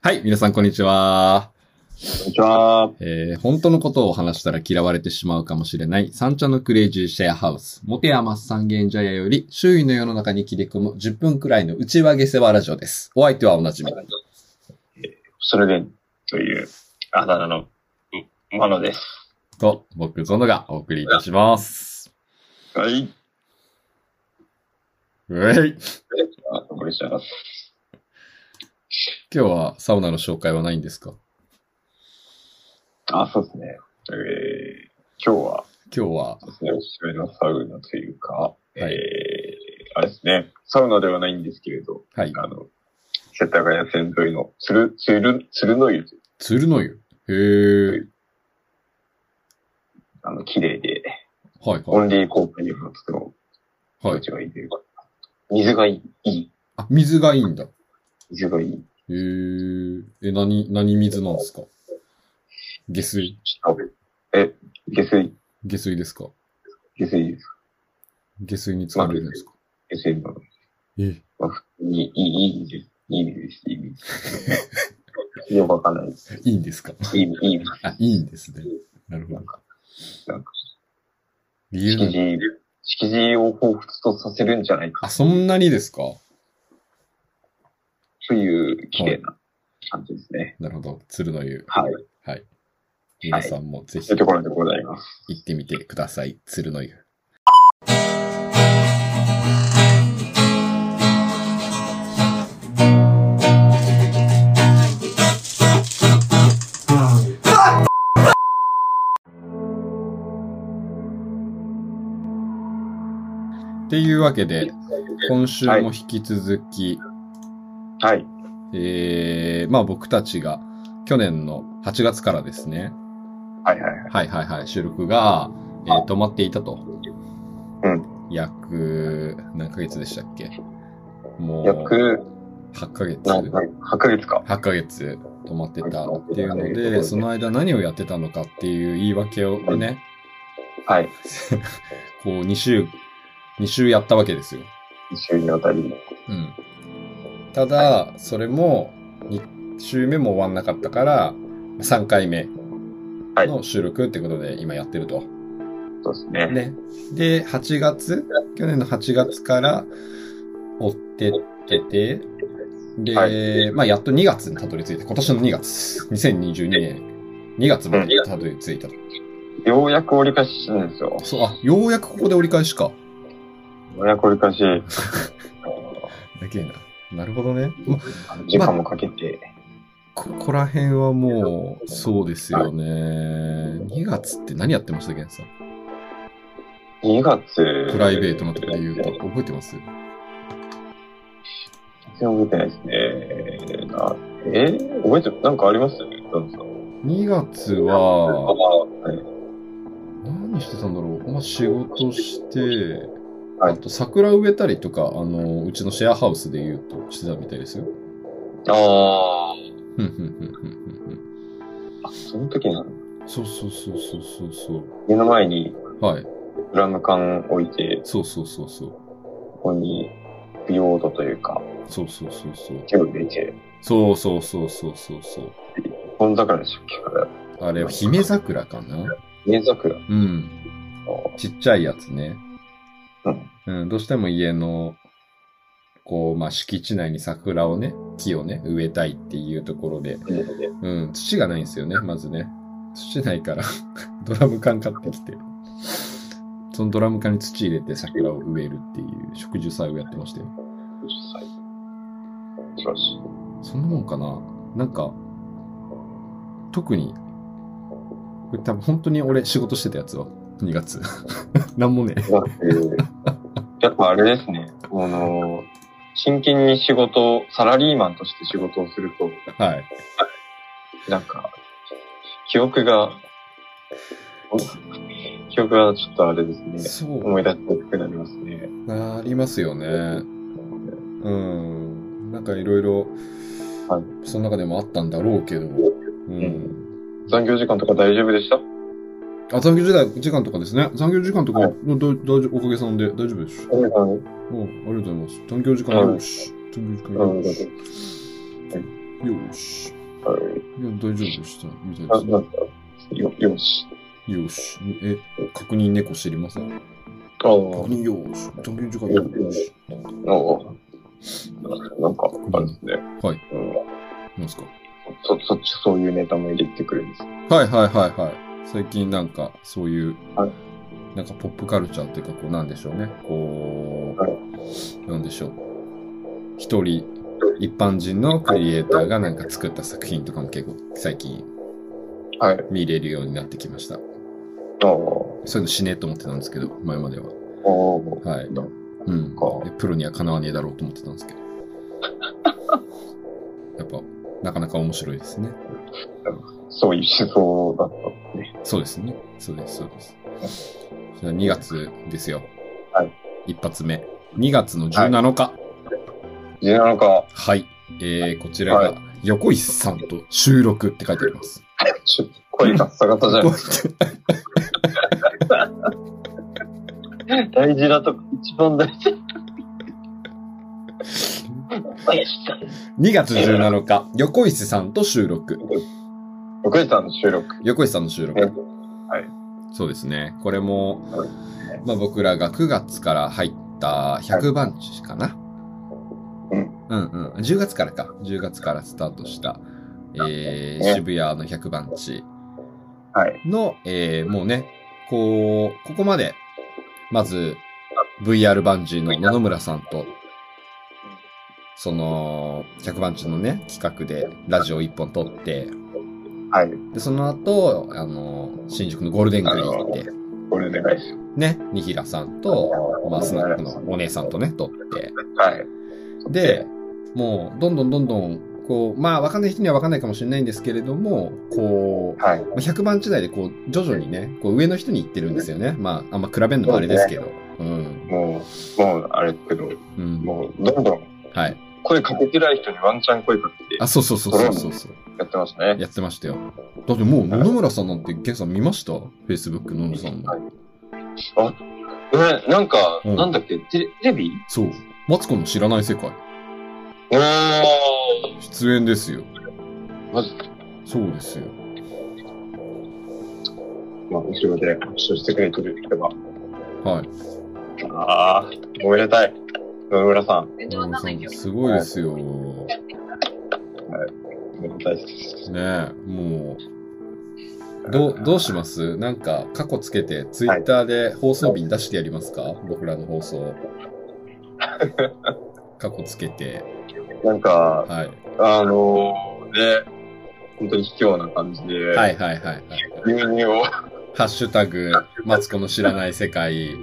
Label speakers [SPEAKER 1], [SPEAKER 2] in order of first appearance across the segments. [SPEAKER 1] はい、皆さんこんにちは。
[SPEAKER 2] こんにちは。
[SPEAKER 1] えー、本当のことを話したら嫌われてしまうかもしれない、三茶のクレイジーシェアハウス、モテヤマス三軒茶屋より、周囲の世の中に切り込む10分くらいの内輪下世話ラジオです。お相手はおなじみ。
[SPEAKER 2] それで、という、あだ名の、うマノです。
[SPEAKER 1] と、僕、ゾノがお送りいたします。
[SPEAKER 2] はい。
[SPEAKER 1] うえい。
[SPEAKER 2] あ、これじゃあ、
[SPEAKER 1] 今日はサウナの紹介はないんですか
[SPEAKER 2] あ、そうですね。えー、今日は、
[SPEAKER 1] 今日は、
[SPEAKER 2] ですね、おすすめのサウナというか、
[SPEAKER 1] い
[SPEAKER 2] えー、あれですね、サウナではないんですけれど、
[SPEAKER 1] はい。
[SPEAKER 2] あの、世田谷線沿いの、鶴、鶴、鶴の湯という、
[SPEAKER 1] 鶴の湯。へえ。
[SPEAKER 2] あの、綺麗で、
[SPEAKER 1] はい
[SPEAKER 2] オ
[SPEAKER 1] はい。
[SPEAKER 2] ンリーコープにもとても気
[SPEAKER 1] は
[SPEAKER 2] 持
[SPEAKER 1] い。
[SPEAKER 2] ちがいいというか、水がいい、
[SPEAKER 1] あ、水がいいんだ。へ
[SPEAKER 2] 水がいい、
[SPEAKER 1] え。え、何、何水なんですか下水
[SPEAKER 2] 下べえ、下水、
[SPEAKER 1] 下水ですか
[SPEAKER 2] 下水です。
[SPEAKER 1] 下水に使われるんですか
[SPEAKER 2] 下水の
[SPEAKER 1] え
[SPEAKER 2] まあ、普通にいい、いい意味です。いい意味です。いい意味です。 よくわかんないです。
[SPEAKER 1] いいんですか
[SPEAKER 2] いい意味、いい意味。
[SPEAKER 1] あ、いいんですね。なるほど。
[SPEAKER 2] なんか、
[SPEAKER 1] 理
[SPEAKER 2] 敷
[SPEAKER 1] 由
[SPEAKER 2] 地、敷地を彷彿とさせるんじゃない
[SPEAKER 1] あ、
[SPEAKER 2] か
[SPEAKER 1] そんなにですか
[SPEAKER 2] という綺麗な感じですね。
[SPEAKER 1] なるほど。鶴の湯。
[SPEAKER 2] はい。
[SPEAKER 1] はい。皆さんもぜひ
[SPEAKER 2] というところでございます。
[SPEAKER 1] 行ってみてください。鶴の湯。っていうわけで、今週も引き続き、
[SPEAKER 2] はい。
[SPEAKER 1] えーまあ僕たちが去年の8月からですね、
[SPEAKER 2] はいはいはい。
[SPEAKER 1] はいはいはい、収録が、えー止まっていたと。
[SPEAKER 2] うん
[SPEAKER 1] 約、何ヶ月でしたっけもう、
[SPEAKER 2] 約、
[SPEAKER 1] 8ヶ月。
[SPEAKER 2] 何
[SPEAKER 1] 8
[SPEAKER 2] 回 ?8 ヶ月か。
[SPEAKER 1] ヶ月止まってたっていうので、その間何をやってたのかっていう言い訳をね、
[SPEAKER 2] はい。
[SPEAKER 1] こう2週、2週やったわけですよ。
[SPEAKER 2] 一週にわたり。
[SPEAKER 1] うん。ただ、それも、2週目も終わんなかったから、3回目
[SPEAKER 2] はい
[SPEAKER 1] の収録ってことで今やってると。
[SPEAKER 2] そうですね。
[SPEAKER 1] ね。で、8月、去年の8月から追ってってて、で、
[SPEAKER 2] はい
[SPEAKER 1] まあ、やっと2月にたどり着いて、今年の2月、2022年2月までたどり着いたと。
[SPEAKER 2] ようやく折り返ししてるんですよ。
[SPEAKER 1] そう、あ、ようやくここで折り返しか。
[SPEAKER 2] ようやく折 り返し。
[SPEAKER 1] だけえな。なるほどね。ま
[SPEAKER 2] あの時間もかけて。
[SPEAKER 1] ここら辺はもう、そうですよね。2月って何やってましたっけさん。
[SPEAKER 2] 2月。
[SPEAKER 1] プライベートのとこで言うと、覚えてます
[SPEAKER 2] 全然覚えてないですね。なえー覚えてるなんかありますどうぞ
[SPEAKER 1] ?2 月は、
[SPEAKER 2] はい
[SPEAKER 1] 何してたんだろう、まあ、仕事して、
[SPEAKER 2] はい
[SPEAKER 1] あと桜植えたりとか、あの、うちのシェアハウスで言うとしてたみたいですよ。
[SPEAKER 2] あ
[SPEAKER 1] ふんふんふんふんふんふ
[SPEAKER 2] あ。その時なの
[SPEAKER 1] んそうそうそうそうそうそ
[SPEAKER 2] 家の前に
[SPEAKER 1] う。はい。
[SPEAKER 2] ドラム缶置いて、
[SPEAKER 1] そうそうそうそう。
[SPEAKER 2] ここに腐葉土というか、
[SPEAKER 1] そうそうそうそう。
[SPEAKER 2] 手を入れて、
[SPEAKER 1] そうそうそうそうそうそう。
[SPEAKER 2] 本桜でしたっけあれ。
[SPEAKER 1] あれ、姫桜かな
[SPEAKER 2] 家桜。あ
[SPEAKER 1] うん。ちっちゃいやつね。
[SPEAKER 2] うん。
[SPEAKER 1] うん。どうしても家の、こう、まあ、敷地内に桜をね、木をね、植えたいっていうところで、うん、土がないんですよね、まずね。土ないから、 ドラム缶買ってきて、そのドラム缶に土入れて桜を植えるっていう植樹祭をやってましたよ。
[SPEAKER 2] しかし。
[SPEAKER 1] そんなもんかななんか、特に、これ多分本当に俺仕事してたやつは、2月。 なんもねえ。
[SPEAKER 2] だって、やっぱあれですね。あの、真剣に仕事を、サラリーマンとして仕事をすると、
[SPEAKER 1] はい。
[SPEAKER 2] なんか、記憶が、お記憶がちょっとあれですね。
[SPEAKER 1] そう
[SPEAKER 2] 思い出しにくくなりますね。
[SPEAKER 1] ありますよね。うん。なんかいろいろ
[SPEAKER 2] はい、
[SPEAKER 1] その中でもあったんだろうけど、うん。
[SPEAKER 2] 残業時間とか大丈夫でした
[SPEAKER 1] あ、残業時代時間とかですね。残業時間とか、
[SPEAKER 2] はい
[SPEAKER 1] どど大丈夫おかげさんで大丈夫です。
[SPEAKER 2] ありがとうございます
[SPEAKER 1] おありがとうございます。残業時間よーし。残業時間よーし。よーし。
[SPEAKER 2] はい
[SPEAKER 1] や、大丈夫でした。みたい
[SPEAKER 2] い。あ
[SPEAKER 1] ですね。
[SPEAKER 2] なんか、よ、よし。
[SPEAKER 1] よーし。え、確認猫知りません
[SPEAKER 2] ああ、
[SPEAKER 1] 確認よーし。残業時間よーし。
[SPEAKER 2] なんか、あれですね。
[SPEAKER 1] はい
[SPEAKER 2] うん
[SPEAKER 1] なんすか
[SPEAKER 2] そ、そっちそういうネタも入れてくれるんです。
[SPEAKER 1] はいはいはいはい。最近なんか、そういう
[SPEAKER 2] は、
[SPEAKER 1] なんかポップカルチャーっていうか、こう、なんでしょうね。こ
[SPEAKER 2] は
[SPEAKER 1] う、なんでしょう。一人、一般人のクリエイターがなんか作った作品とかも結構最近
[SPEAKER 2] はい。あ
[SPEAKER 1] 見れるようになってきました。
[SPEAKER 2] あ、あ
[SPEAKER 1] そういうのしねえと思ってたんですけど、前までは。
[SPEAKER 2] あ、
[SPEAKER 1] はい。
[SPEAKER 2] な
[SPEAKER 1] うん。えプロにはかなわねえだろうと思ってたんですけど。やっぱ、なかなか面白いですね。
[SPEAKER 2] そういう思想だったんですね。
[SPEAKER 1] そうですね。そうです、そうです。じゃあ2月ですよ。
[SPEAKER 2] はい。
[SPEAKER 1] 一発目。2月の17日。はい。
[SPEAKER 2] 17日、
[SPEAKER 1] えー、こちら
[SPEAKER 2] はい
[SPEAKER 1] が、横石さんと収録って書いてあります。
[SPEAKER 2] ちょっと声ガッサガサじゃないですか。大事なとこ、一番大事なとこ。よし
[SPEAKER 1] 2月17日、横石さんと収録。
[SPEAKER 2] 奥井さんの収録。
[SPEAKER 1] 横石さんの収録。
[SPEAKER 2] ね
[SPEAKER 1] そうですね。これも
[SPEAKER 2] は、
[SPEAKER 1] まあ僕らが9月から入った100番地かな。
[SPEAKER 2] うん
[SPEAKER 1] うんうん。10月からか。10月からスタートした、えー
[SPEAKER 2] ね
[SPEAKER 1] 渋谷の100番地
[SPEAKER 2] はい。
[SPEAKER 1] の、えーもうね、こう、ここまで、まず、VR バンジーの野々村さんと、その、100番地のね、企画でラジオ1本撮って、
[SPEAKER 2] はい。
[SPEAKER 1] で、その後、あの、新宿のゴールデン街行って、
[SPEAKER 2] これでかいです。
[SPEAKER 1] ね、ニヒラさんと、まあ、スナックのお姉さんとね、撮って。
[SPEAKER 2] はい。
[SPEAKER 1] で、もう、どんどんどんどん、こう、まあ、わかんない人にはわかんないかもしれないんですけれども、こう、
[SPEAKER 2] はい。
[SPEAKER 1] まあ100番時代で、こう、徐々にね、こう、上の人に行ってるんですよね。まあ、あんま比べるのもあれですけど。うん。
[SPEAKER 2] もう、もう、あれですけど、
[SPEAKER 1] うん。
[SPEAKER 2] もう、どんどん
[SPEAKER 1] はい。
[SPEAKER 2] 声かけてない人にワンチャン声かけて
[SPEAKER 1] あ、そうそうそうそうそうそう。
[SPEAKER 2] やってましたね。
[SPEAKER 1] やってましたよ。だってもう、野々村さんなんて、ゲンさん見ました ?Facebook の野々さんの。
[SPEAKER 2] あ、ね、なんか、
[SPEAKER 1] うん
[SPEAKER 2] なんだっけ、テレテレビ
[SPEAKER 1] そう。マツコの知らない世界。
[SPEAKER 2] おー
[SPEAKER 1] 出演ですよ。
[SPEAKER 2] マジで、
[SPEAKER 1] そうですよ。
[SPEAKER 2] まあ、後ろで拍手してくれてる人が。
[SPEAKER 1] はい。
[SPEAKER 2] ああ、おめでたい。野々村さん、
[SPEAKER 3] 全然わかんないけど。
[SPEAKER 1] すごいですよ。
[SPEAKER 2] おめでたいです。
[SPEAKER 1] ねえ、もう。どうどうしますなんか、過去つけて、ツイッターで放送日に出してやりますか、僕らの放 送。過去つけて。
[SPEAKER 2] なんか、
[SPEAKER 1] はい。
[SPEAKER 2] あのー、ね、本当に卑怯な感じで、。
[SPEAKER 1] はいいはいはい、はい。
[SPEAKER 2] 牛乳を、
[SPEAKER 1] ハッシュタグ、マツコの知らない世界、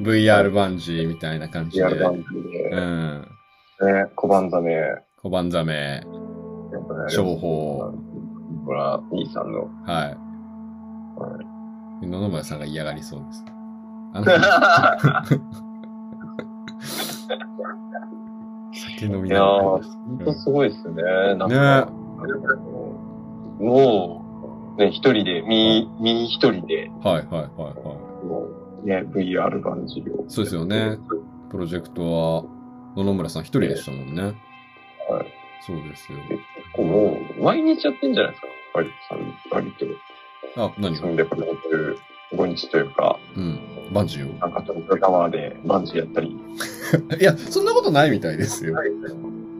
[SPEAKER 1] VR バンジーみたいな感じで。
[SPEAKER 2] やる
[SPEAKER 1] う
[SPEAKER 2] 感じで、ね、
[SPEAKER 1] ん。
[SPEAKER 2] 小判ザメ、やっ
[SPEAKER 1] 小判ザメ、
[SPEAKER 2] ぱね、
[SPEAKER 1] 商法。
[SPEAKER 2] ほら、兄さんの、
[SPEAKER 1] はい。野々村さんが嫌がりそうです。 あの酒飲みながら
[SPEAKER 2] いやー
[SPEAKER 1] です
[SPEAKER 2] 本当すごいですね。なんか、
[SPEAKER 1] ね
[SPEAKER 2] もう、ね、一人で、身、身一人で、
[SPEAKER 1] はいはいはいは
[SPEAKER 2] もう、ね、VR バンジーを。
[SPEAKER 1] そうですよね。い。プロジェクトは野々村さん一人でしたもんね。はい。そうですよ。
[SPEAKER 2] もう、毎日やってんじゃないですか。割と、割と、
[SPEAKER 1] あ、何が
[SPEAKER 2] 住んでくれてる5日というか、
[SPEAKER 1] うん。バンジーを。
[SPEAKER 2] なんか、東京タワーでバンジーやったり。
[SPEAKER 1] いや、そんなことないみたいですよ。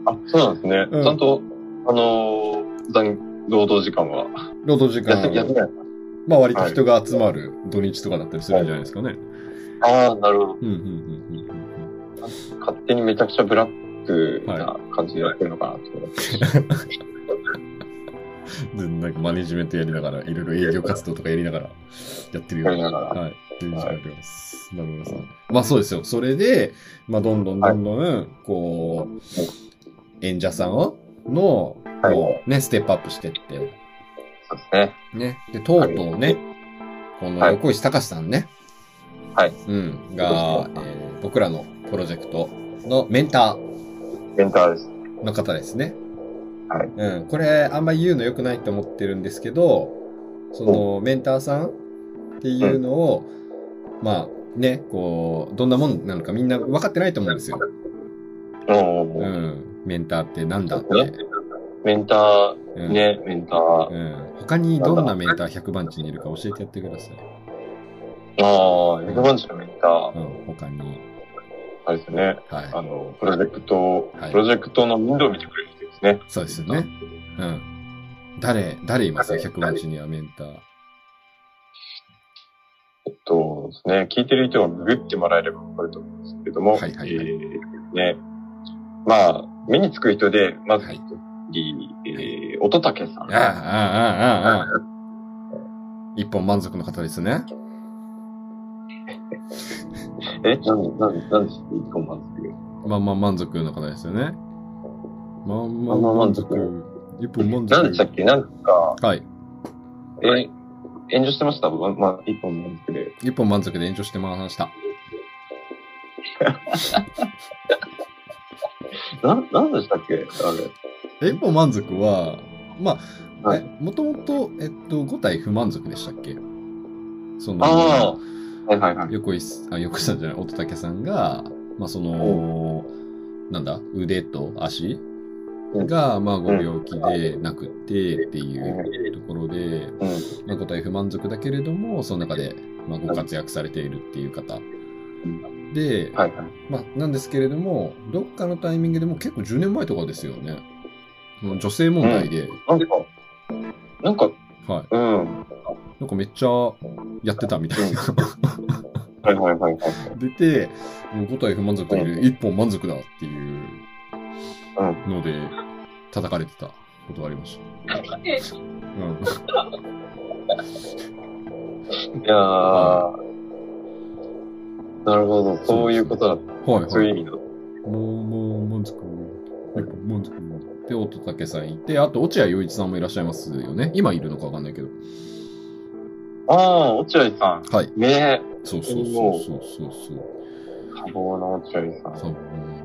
[SPEAKER 2] あ、そうなんですね。
[SPEAKER 1] うん
[SPEAKER 2] ちゃんと、あのー、残労働時間は、
[SPEAKER 1] 労働時
[SPEAKER 2] 休み、
[SPEAKER 1] 間
[SPEAKER 2] 休、みない。
[SPEAKER 1] まあ割と人が集まる土日とかだったりするんじゃないですかね。
[SPEAKER 2] ああ、なるほど。
[SPEAKER 1] うんうんうんうん
[SPEAKER 2] 勝手にめちゃくちゃブラックな感じでやってるのかなと思って。
[SPEAKER 1] うん。で、なんかマネジメントやりながら、いろいろ営業活動とかやりながらやってるような
[SPEAKER 2] やりながら
[SPEAKER 1] はい。っていう時間あります。なるほどさん。まあそうですよ。それで、まあどんどんどんどん、こ、
[SPEAKER 2] はいう
[SPEAKER 1] 演者さんをの、
[SPEAKER 2] はい
[SPEAKER 1] こう、ね、ステップアップしてって、
[SPEAKER 2] そうですね。
[SPEAKER 1] ね。で、とうとうね、この
[SPEAKER 2] はい
[SPEAKER 1] 横石隆さんね。
[SPEAKER 2] はい。
[SPEAKER 1] うん。が、えー僕らのプロジェクトのメンタ
[SPEAKER 2] メンターです。
[SPEAKER 1] ーの方ですね。
[SPEAKER 2] はい
[SPEAKER 1] うん。これ、あんま言うの良くないと思ってるんですけど、その、メンターさんっていうのを、まあね、こう、どんなもんなのかみんな分かってないと思うんですよ。う
[SPEAKER 2] うん。
[SPEAKER 1] ん。メンターってなんだって。
[SPEAKER 2] メンター、
[SPEAKER 1] うん、
[SPEAKER 2] ね、メンター。
[SPEAKER 1] うん。他にどんなメンター100番地にいるか教えてやってください。
[SPEAKER 2] ああ、100番地のメンター
[SPEAKER 1] う、ん、他に。
[SPEAKER 2] あれですね。あ
[SPEAKER 1] は
[SPEAKER 2] の、プロジェクト、
[SPEAKER 1] はい
[SPEAKER 2] プロジェクトの面倒を見てくれる人ですね。
[SPEAKER 1] い。そうですよね。うん。誰、誰います ?100 番地にはメンター。
[SPEAKER 2] えっとですね、聞いてる人はググってもらえればわかると思うんですけども、
[SPEAKER 1] はいはいはい
[SPEAKER 2] えーね、まあ、目につく人で、まず、
[SPEAKER 1] はい
[SPEAKER 2] りえー、乙武さ
[SPEAKER 1] ああ、あ
[SPEAKER 2] ん。
[SPEAKER 1] あ、ああ、ああ。一本満足の方ですね。
[SPEAKER 2] え、なん、なん、なんですか一本満足。
[SPEAKER 1] まあまあ満足の方ですよね。まあまあ
[SPEAKER 2] まあまあ
[SPEAKER 1] 満
[SPEAKER 2] 満
[SPEAKER 1] 足
[SPEAKER 2] 足。
[SPEAKER 1] 一本満足。
[SPEAKER 2] 何でしたっけなんか、
[SPEAKER 1] はい。
[SPEAKER 2] え炎上してましたま、まあ、一本満足で。
[SPEAKER 1] 一本満足で延長してました。
[SPEAKER 2] なん、なんでしたっけあれ。
[SPEAKER 1] 一本満足は、まあ、
[SPEAKER 2] は
[SPEAKER 1] え、もともと、えっと、5体不満足でしたっけその、
[SPEAKER 2] ああ、はいはいはい。
[SPEAKER 1] 横井す、あ、横井さんじゃない、乙武さんが、まあその、なんだ、腕と足
[SPEAKER 2] うん
[SPEAKER 1] が、まあご病気でなくてっていうところで、
[SPEAKER 2] うん。
[SPEAKER 1] まあ、ご体不満足だけれども、その中で、まあ、ご活躍されているっていう方。で、
[SPEAKER 2] はいはい。
[SPEAKER 1] まあ、なんですけれども、どっかのタイミングでもう結構10年前とかですよね。もう女性問題で、
[SPEAKER 2] なんか、なんか、
[SPEAKER 1] はい。
[SPEAKER 2] うん。
[SPEAKER 1] なんかめっちゃやってたみたいな。
[SPEAKER 2] はいはいはいはい。
[SPEAKER 1] 出て、もう5体不満足だけど、
[SPEAKER 2] うん
[SPEAKER 1] 1本満足だっていう
[SPEAKER 2] う
[SPEAKER 1] ので、叩かれてたことがありました。うん。
[SPEAKER 2] いやー、なるほど、そういうことだった。
[SPEAKER 1] はい、
[SPEAKER 2] そう
[SPEAKER 1] はいい。
[SPEAKER 2] う意味の。
[SPEAKER 1] もう、もう、満足。一本満足。で、乙武さんいて、あと、落合陽一さんもいらっしゃいますよね。今いるのかわかんないけど。
[SPEAKER 2] ああ、落合さん。
[SPEAKER 1] はい。
[SPEAKER 2] ね
[SPEAKER 1] そうそうそうそうそうそう。
[SPEAKER 2] 多忙な落合さん。
[SPEAKER 1] そう、うん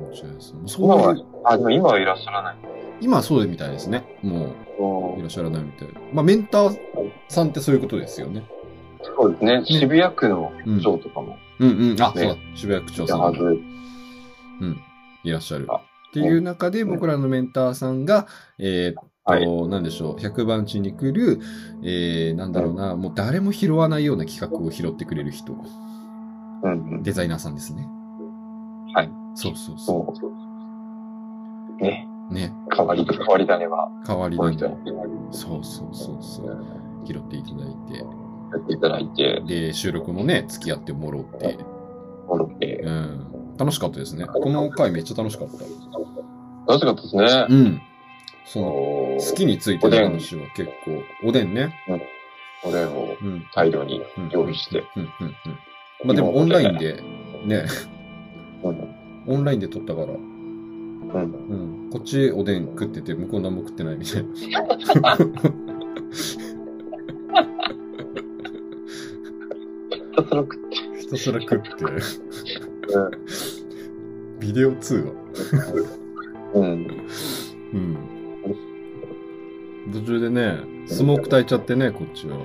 [SPEAKER 1] 落合さん。
[SPEAKER 2] 今
[SPEAKER 1] そう
[SPEAKER 2] は
[SPEAKER 1] いう、、
[SPEAKER 2] あ、でも今はいらっしゃらない。
[SPEAKER 1] 今はそうみたいですね。もう、い
[SPEAKER 2] そ
[SPEAKER 1] らっしゃらないみたい。まあ、メンターさんってそういうことですよね。
[SPEAKER 2] うですね、渋谷区の区長とかも、
[SPEAKER 1] うんうん。あ、
[SPEAKER 2] ね
[SPEAKER 1] そうだ。渋谷区長
[SPEAKER 2] い
[SPEAKER 1] さ
[SPEAKER 2] た
[SPEAKER 1] ん
[SPEAKER 2] は
[SPEAKER 1] も
[SPEAKER 2] ず。
[SPEAKER 1] いらっしゃる。
[SPEAKER 2] あ
[SPEAKER 1] っていう中で、僕らのメンターさんが、えーっ
[SPEAKER 2] はい。
[SPEAKER 1] と、なんでしょう、100番地に来る、えー、なんだろうな、もう誰も拾わないような企画を拾ってくれる人。
[SPEAKER 2] うんうん。
[SPEAKER 1] デザイナーさんですね。
[SPEAKER 2] はい。
[SPEAKER 1] そうそうそ
[SPEAKER 2] そう。ね、
[SPEAKER 1] う。ね。
[SPEAKER 2] 変わり、変わり種は、
[SPEAKER 1] 代わり
[SPEAKER 2] この
[SPEAKER 1] に
[SPEAKER 2] 人に。
[SPEAKER 1] そうそうそうそう。拾っていただい
[SPEAKER 2] やっていただいて、
[SPEAKER 1] て。で、収録もね、付き合ってもろって。
[SPEAKER 2] 戻って。
[SPEAKER 1] うん。楽しかったですね。この回めっちゃ楽しかった。
[SPEAKER 2] 楽しかったですね。
[SPEAKER 1] うん。その、
[SPEAKER 2] 好
[SPEAKER 1] 好きについての話は結構、おでんね。
[SPEAKER 2] これを
[SPEAKER 1] うん。
[SPEAKER 2] 大量に
[SPEAKER 1] うん
[SPEAKER 2] 用意して。。
[SPEAKER 1] うんうんうん。まあでもオンラインで、ね、
[SPEAKER 2] うん。
[SPEAKER 1] オンラインで撮ったから、う
[SPEAKER 2] うん。
[SPEAKER 1] ん。こっちおでん食ってて、向こう何も食ってないみたいな。
[SPEAKER 2] ひたすら食って
[SPEAKER 1] ひたすら食って、ビデオ通話。
[SPEAKER 2] うん。
[SPEAKER 1] うん。途中でね、スモーク焚いちゃってね、こっちは。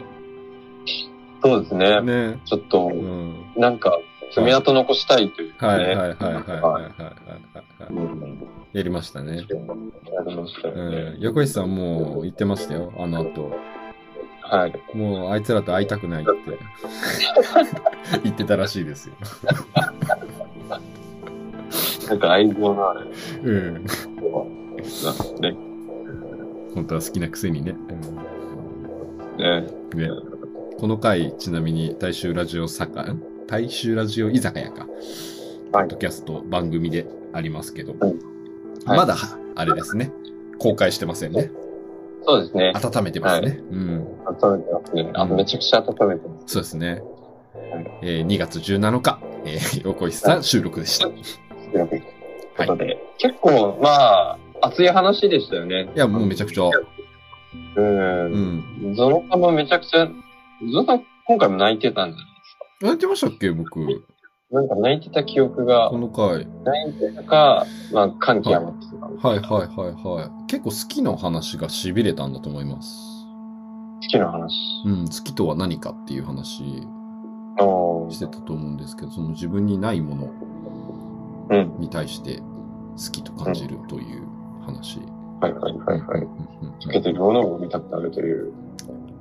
[SPEAKER 2] そうですね。
[SPEAKER 1] ね。
[SPEAKER 2] ちょっと
[SPEAKER 1] う、ん。
[SPEAKER 2] なんか、爪痕残したいというか
[SPEAKER 1] はい
[SPEAKER 2] ね。
[SPEAKER 1] はいはいはいはいはいはいはい。
[SPEAKER 2] うん。
[SPEAKER 1] やりましたね。
[SPEAKER 2] やりましたよ
[SPEAKER 1] うん
[SPEAKER 2] ね。。
[SPEAKER 1] 横井さんもう言ってましたよ、あの後。
[SPEAKER 2] はい。
[SPEAKER 1] もうあいつらと会いたくないって言ってたらしいですよ。
[SPEAKER 2] なんか愛情のある
[SPEAKER 1] うん。
[SPEAKER 2] 人は、なんかね。
[SPEAKER 1] 本当は好きなくせにね。
[SPEAKER 2] ね。
[SPEAKER 1] ね。この回、ちなみに大衆ラジオ酒屋、大衆ラジオ居酒屋か。ポ
[SPEAKER 2] はい
[SPEAKER 1] ッドキャスト番組でありますけど。
[SPEAKER 2] はいはい
[SPEAKER 1] まだ、あれですね。公開してませんね。
[SPEAKER 2] そうですね。
[SPEAKER 1] 温めてますね。うん。
[SPEAKER 2] 温めてますね。あ
[SPEAKER 1] うん
[SPEAKER 2] の、めちゃくちゃ温めてます。
[SPEAKER 1] そうですね
[SPEAKER 2] はい。
[SPEAKER 1] えー2月17日、えー横石さん収録でした。い
[SPEAKER 2] ということで。結構、まあ、熱い話でしたよね。
[SPEAKER 1] や、もうめちゃくちゃ。
[SPEAKER 2] う。
[SPEAKER 1] うんん。
[SPEAKER 2] ゾノさんもめちゃくちゃ、ゾノさん今回も泣いてたんじゃない
[SPEAKER 1] 何てましたっけ、僕。
[SPEAKER 2] なんか泣いてた記憶が
[SPEAKER 1] こ、の回。
[SPEAKER 2] 泣いてたか、まあ、感極まってたか。
[SPEAKER 1] はいはいはいはい。結構好きな話がしびれたんだと思います。
[SPEAKER 2] 好きな話。
[SPEAKER 1] うん、好きとは何かっていう話
[SPEAKER 2] あー
[SPEAKER 1] してたと思うんですけど、その自分にないもの
[SPEAKER 2] うん。
[SPEAKER 1] に対して好きと感じるという話。
[SPEAKER 2] はいはいはいはい。
[SPEAKER 1] うんうんうん
[SPEAKER 2] つけてるものを見たくなるという。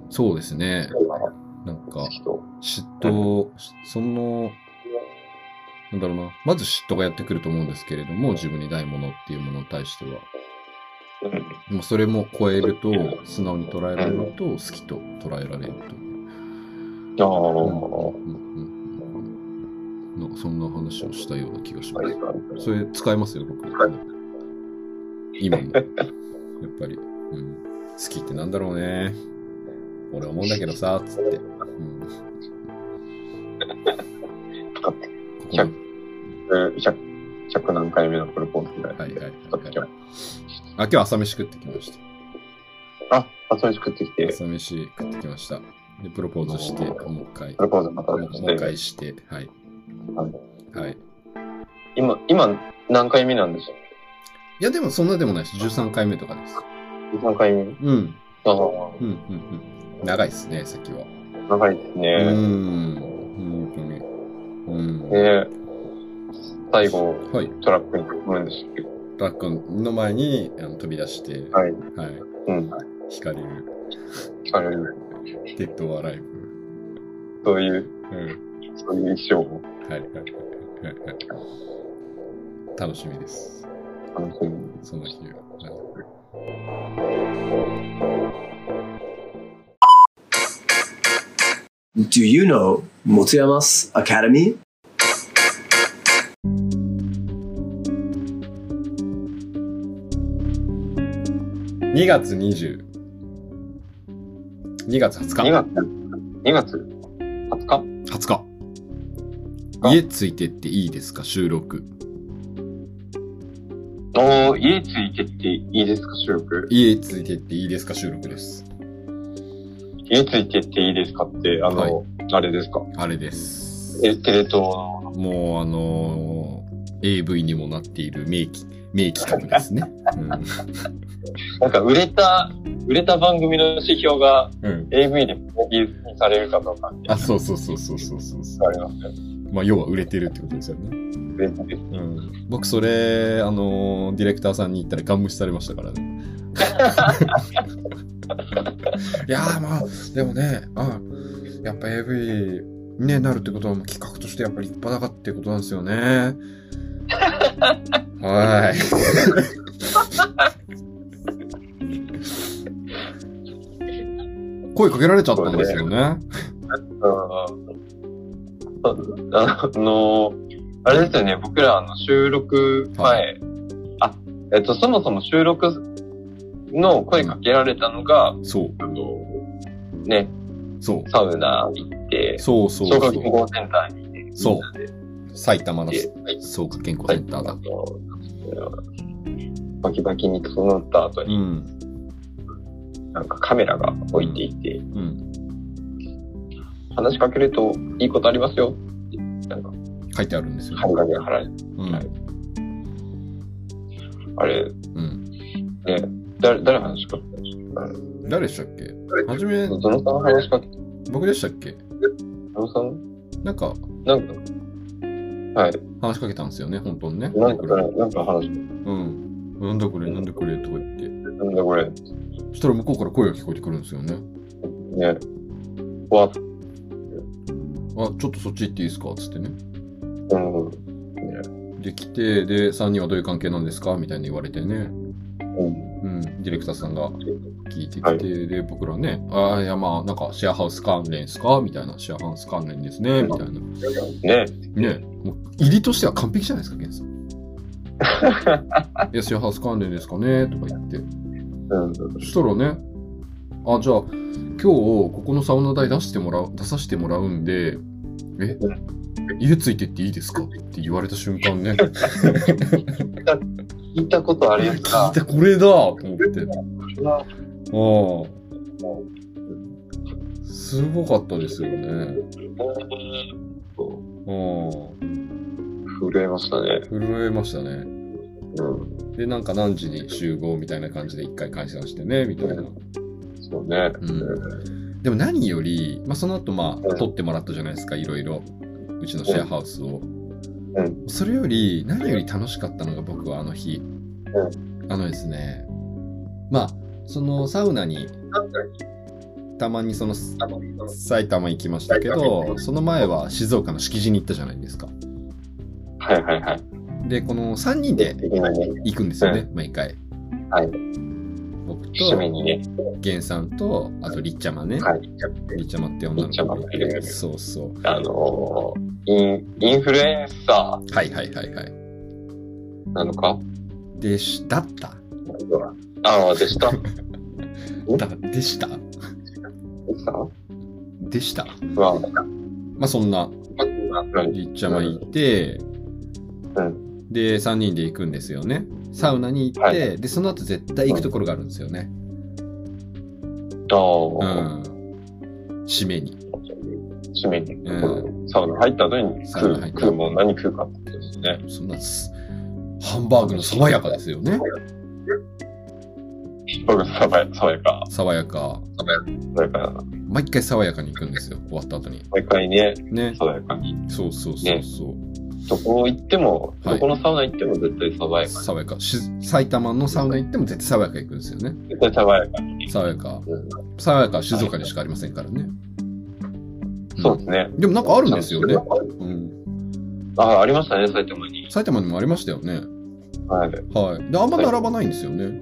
[SPEAKER 1] そうですね。
[SPEAKER 2] 好
[SPEAKER 1] なんか、
[SPEAKER 2] きと。
[SPEAKER 1] 嫉妬、その、なんだろうな、まず嫉妬がやってくると思うんですけれども、自分にないものっていうものに対しては。
[SPEAKER 2] うん。
[SPEAKER 1] もうそれも超えると、素直に捉えられると、好きと捉えられるという。
[SPEAKER 2] ああ、
[SPEAKER 1] うんうんうんなんかそんな話をしたような気がしま
[SPEAKER 2] はい
[SPEAKER 1] す。
[SPEAKER 2] はい
[SPEAKER 1] それ使えますよ、僕。
[SPEAKER 2] はい
[SPEAKER 1] 今も。やっぱり、うん、好きってなんだろうね。俺思うんだけどさ、つって。うん、こ
[SPEAKER 2] 使って
[SPEAKER 1] この
[SPEAKER 2] 100、100何回目のプロポーズぐらい。
[SPEAKER 1] はいはいはいはい。あ、今日朝飯食ってきました。
[SPEAKER 2] あ、朝飯食ってきて、プ
[SPEAKER 1] 朝飯食ってきました。で、プロポーズして、もう一回。
[SPEAKER 2] ロポーズまた
[SPEAKER 1] もう
[SPEAKER 2] し
[SPEAKER 1] 一
[SPEAKER 2] て、
[SPEAKER 1] 回して、はい。
[SPEAKER 2] はい
[SPEAKER 1] はい。
[SPEAKER 2] 今、今何回目なんでしょ
[SPEAKER 1] いや、でもそんなでもないです。13回目とかです。
[SPEAKER 2] う ?3 回目
[SPEAKER 1] うん。
[SPEAKER 2] ああ、
[SPEAKER 1] うん、うん、うん。長いですね、先は。
[SPEAKER 2] 長いです
[SPEAKER 1] うー
[SPEAKER 2] ね。
[SPEAKER 1] ん。本当に。うん。
[SPEAKER 2] で、最後、
[SPEAKER 1] はい。
[SPEAKER 2] トラックに乗るんでしたっけ
[SPEAKER 1] ラックの前にあの飛び出して、
[SPEAKER 2] はい。
[SPEAKER 1] はい。
[SPEAKER 2] う
[SPEAKER 1] 惹
[SPEAKER 2] ん。
[SPEAKER 1] かれる。
[SPEAKER 2] 聞かれる。
[SPEAKER 1] デッドアライブ。
[SPEAKER 2] そういう、
[SPEAKER 1] うん。
[SPEAKER 2] そういう衣装を
[SPEAKER 1] はい、はい、はいはい、はい。楽しみです。
[SPEAKER 2] 楽しみに。
[SPEAKER 1] その日は。はい
[SPEAKER 3] う。Do you know 松山 Academy?
[SPEAKER 1] 2月20。2月20日。
[SPEAKER 2] 2月 ?2 月 ?20 日
[SPEAKER 1] 20
[SPEAKER 2] あ
[SPEAKER 1] 日。家ついてっていいですか収録。
[SPEAKER 2] おー、家ついてっていいですか、収録。
[SPEAKER 1] 家ついてっていいですか収録です。
[SPEAKER 2] 家ついてっていいですかって、あの、
[SPEAKER 1] は
[SPEAKER 2] あれですか。
[SPEAKER 1] あれです。
[SPEAKER 2] えテレ東の、
[SPEAKER 1] もうあのー AV にもなっている名機、名企画ですね。
[SPEAKER 2] なんか売れた、売れた番組の指標が
[SPEAKER 1] うん。うん、
[SPEAKER 2] AV でもリリースにされるかどうかって
[SPEAKER 1] あ、そうそうそうそうそうそうそう。
[SPEAKER 2] ありますよね。
[SPEAKER 1] まあ、要は売れてるってことですよね。
[SPEAKER 2] 全然
[SPEAKER 1] うん。僕、それ、あのーディレクターさんに言ったらガン無視されましたから ね。いやー、まあ、でもね、あやっぱ AV、ね、なるってことはもう企画としてやっぱり立派だかってことなんですよね。はーい。声かけられちゃったんですよね。
[SPEAKER 2] うんあの、あれですよね、僕らあの収録前、
[SPEAKER 1] は
[SPEAKER 2] あ、えっと、そもそも収録の声かけられたのが、
[SPEAKER 1] そう、
[SPEAKER 2] あのね、
[SPEAKER 1] そう、
[SPEAKER 2] サウナ行って、
[SPEAKER 1] そうそう
[SPEAKER 2] 小学
[SPEAKER 1] そ
[SPEAKER 2] 校
[SPEAKER 1] う。
[SPEAKER 2] センターにね、
[SPEAKER 1] そう
[SPEAKER 2] みんなで
[SPEAKER 1] 埼玉の
[SPEAKER 2] 行って、
[SPEAKER 1] 草加健康センターだ。
[SPEAKER 2] バキバキに整った後
[SPEAKER 1] う
[SPEAKER 2] に、
[SPEAKER 1] ん、
[SPEAKER 2] なんかカメラが置いていて、
[SPEAKER 1] うん。
[SPEAKER 2] 話しかけるといいことありますよって、なんか、
[SPEAKER 1] 書いてあるんですよ。
[SPEAKER 2] 針金が払え
[SPEAKER 1] うん
[SPEAKER 2] はいあれ、
[SPEAKER 1] うん。
[SPEAKER 2] ね、誰、誰話しかけたんでしょう
[SPEAKER 1] 誰でしたっけはじめ
[SPEAKER 2] ゾ、ノさん話しかけた
[SPEAKER 1] 僕でしたっけ
[SPEAKER 2] ゾノさん
[SPEAKER 1] なんか
[SPEAKER 2] なんか、はい。
[SPEAKER 1] 話しかけたんですよね、本当にね。
[SPEAKER 2] なん
[SPEAKER 1] こ
[SPEAKER 2] か、
[SPEAKER 1] れ
[SPEAKER 2] なんか話しか
[SPEAKER 1] うん。なんだこれ、なんだこれ、とか言って。
[SPEAKER 2] けたなんだこれ。
[SPEAKER 1] そしたら向こうから声が聞こえてくるんですよね。
[SPEAKER 2] ね。わ、
[SPEAKER 1] あ、ちょっとそっち行っていいですかつってね。
[SPEAKER 2] うん。うん。
[SPEAKER 1] で、来て、で、3人はどういう関係なんですかみたいに言われてね。うん。ディレクターさんが聞いてきて、
[SPEAKER 2] はい
[SPEAKER 1] で、僕らね、ああ、いや、まあ、なんかシェアハウス関連ですかみたいな。シェアハウス関連ですね。みたいな。
[SPEAKER 2] ね。
[SPEAKER 1] ねもう入りとしては完璧じゃないですか、ケンさん。いや、シェアハウス関連ですかねとか言って。
[SPEAKER 2] うん。
[SPEAKER 1] そしたらね、あ、じゃあ、今日、ここのサウナ代出してもらう、出させてもらうんで、え家ついてっていいですかって言われた瞬間ね、
[SPEAKER 2] 聞いたことあるや
[SPEAKER 1] 聞
[SPEAKER 2] つ
[SPEAKER 1] い
[SPEAKER 2] か。
[SPEAKER 1] た、これだと思って。ああ。すごかったですよね。あ
[SPEAKER 2] 震えましたね
[SPEAKER 1] あ。。震えましたね。
[SPEAKER 2] うん。
[SPEAKER 1] で、なんか何時に集合みたいな感じで一回解散してね、みたいな。
[SPEAKER 2] そうね。
[SPEAKER 1] うんでも何より、まあ、その後まあ、取ってもらったじゃないですか、いろいろ。うちのシェアハウスを。
[SPEAKER 2] うん
[SPEAKER 1] それより、何より楽しかったのが僕はあの日。あのですね、まあ、そのサウナに
[SPEAKER 2] なんか、
[SPEAKER 1] たまにその
[SPEAKER 2] あの、その
[SPEAKER 1] 埼玉行きましたけ
[SPEAKER 2] 埼玉
[SPEAKER 1] ど、その前は静岡の敷地に行ったじゃないですか。
[SPEAKER 2] はいはいはい。
[SPEAKER 1] で、この3人で
[SPEAKER 2] 今ね、
[SPEAKER 1] 行くんですよね、毎回。
[SPEAKER 2] はい。
[SPEAKER 1] 僕
[SPEAKER 2] 締め
[SPEAKER 1] と、
[SPEAKER 2] にね、
[SPEAKER 1] ゲンさんと、あと、りっちゃまね。
[SPEAKER 2] はい、ちゃって
[SPEAKER 1] りっちゃまって女の
[SPEAKER 2] りっちゃ
[SPEAKER 1] 子
[SPEAKER 2] ま
[SPEAKER 1] がい
[SPEAKER 2] いるよ
[SPEAKER 1] て。
[SPEAKER 2] ね
[SPEAKER 1] そうそう。
[SPEAKER 2] あのーイン、インフルエンサ
[SPEAKER 1] はいはいはいはい。
[SPEAKER 2] ーなのか
[SPEAKER 1] でし、だった
[SPEAKER 2] ああ、でした。
[SPEAKER 1] だ、でした
[SPEAKER 2] でしたは、
[SPEAKER 1] でした。
[SPEAKER 2] まあ、ま
[SPEAKER 1] まあそんな、
[SPEAKER 2] あ、はい
[SPEAKER 1] りっちゃまいて、
[SPEAKER 2] うん。
[SPEAKER 1] で、3人で行くんですよね。サウナに行って、
[SPEAKER 2] は
[SPEAKER 1] で、その後絶対行くところがあるんですよね。
[SPEAKER 2] あ
[SPEAKER 1] う
[SPEAKER 2] あ、
[SPEAKER 1] ん。締めに。
[SPEAKER 2] 締めに、
[SPEAKER 1] う
[SPEAKER 2] サウナ入った後に
[SPEAKER 1] サ
[SPEAKER 2] 食
[SPEAKER 1] ウナ
[SPEAKER 2] う、
[SPEAKER 1] 入った
[SPEAKER 2] 食うもん何食うかってことですね。
[SPEAKER 1] そんなす、ハンバーグの爽やかですよね。
[SPEAKER 2] 僕、爽や爽やか、
[SPEAKER 1] 爽やか。
[SPEAKER 2] 爽やかな。
[SPEAKER 1] 毎回爽やかに行くんですよ、終わった後に。
[SPEAKER 2] 毎回ね、
[SPEAKER 1] ね。
[SPEAKER 2] 爽やかに。
[SPEAKER 1] そうそうそうそう。
[SPEAKER 2] どこ行っても、
[SPEAKER 1] はい
[SPEAKER 2] どこのサウナ行っても絶対爽やか。
[SPEAKER 1] 爽やか。し埼玉のサウナ行っても絶対爽やか行くんですよね。
[SPEAKER 2] 絶対爽やか。
[SPEAKER 1] 爽やか
[SPEAKER 2] うん。
[SPEAKER 1] 爽やかは静岡にしかありませんからね。うん
[SPEAKER 2] そうですね。
[SPEAKER 1] でもなんかあるんですよね。うん。
[SPEAKER 2] あ、ありましたね、埼玉に。
[SPEAKER 1] 埼玉にもありましたよね。
[SPEAKER 2] はい。
[SPEAKER 1] はい。で、あんま並ばないんですよね。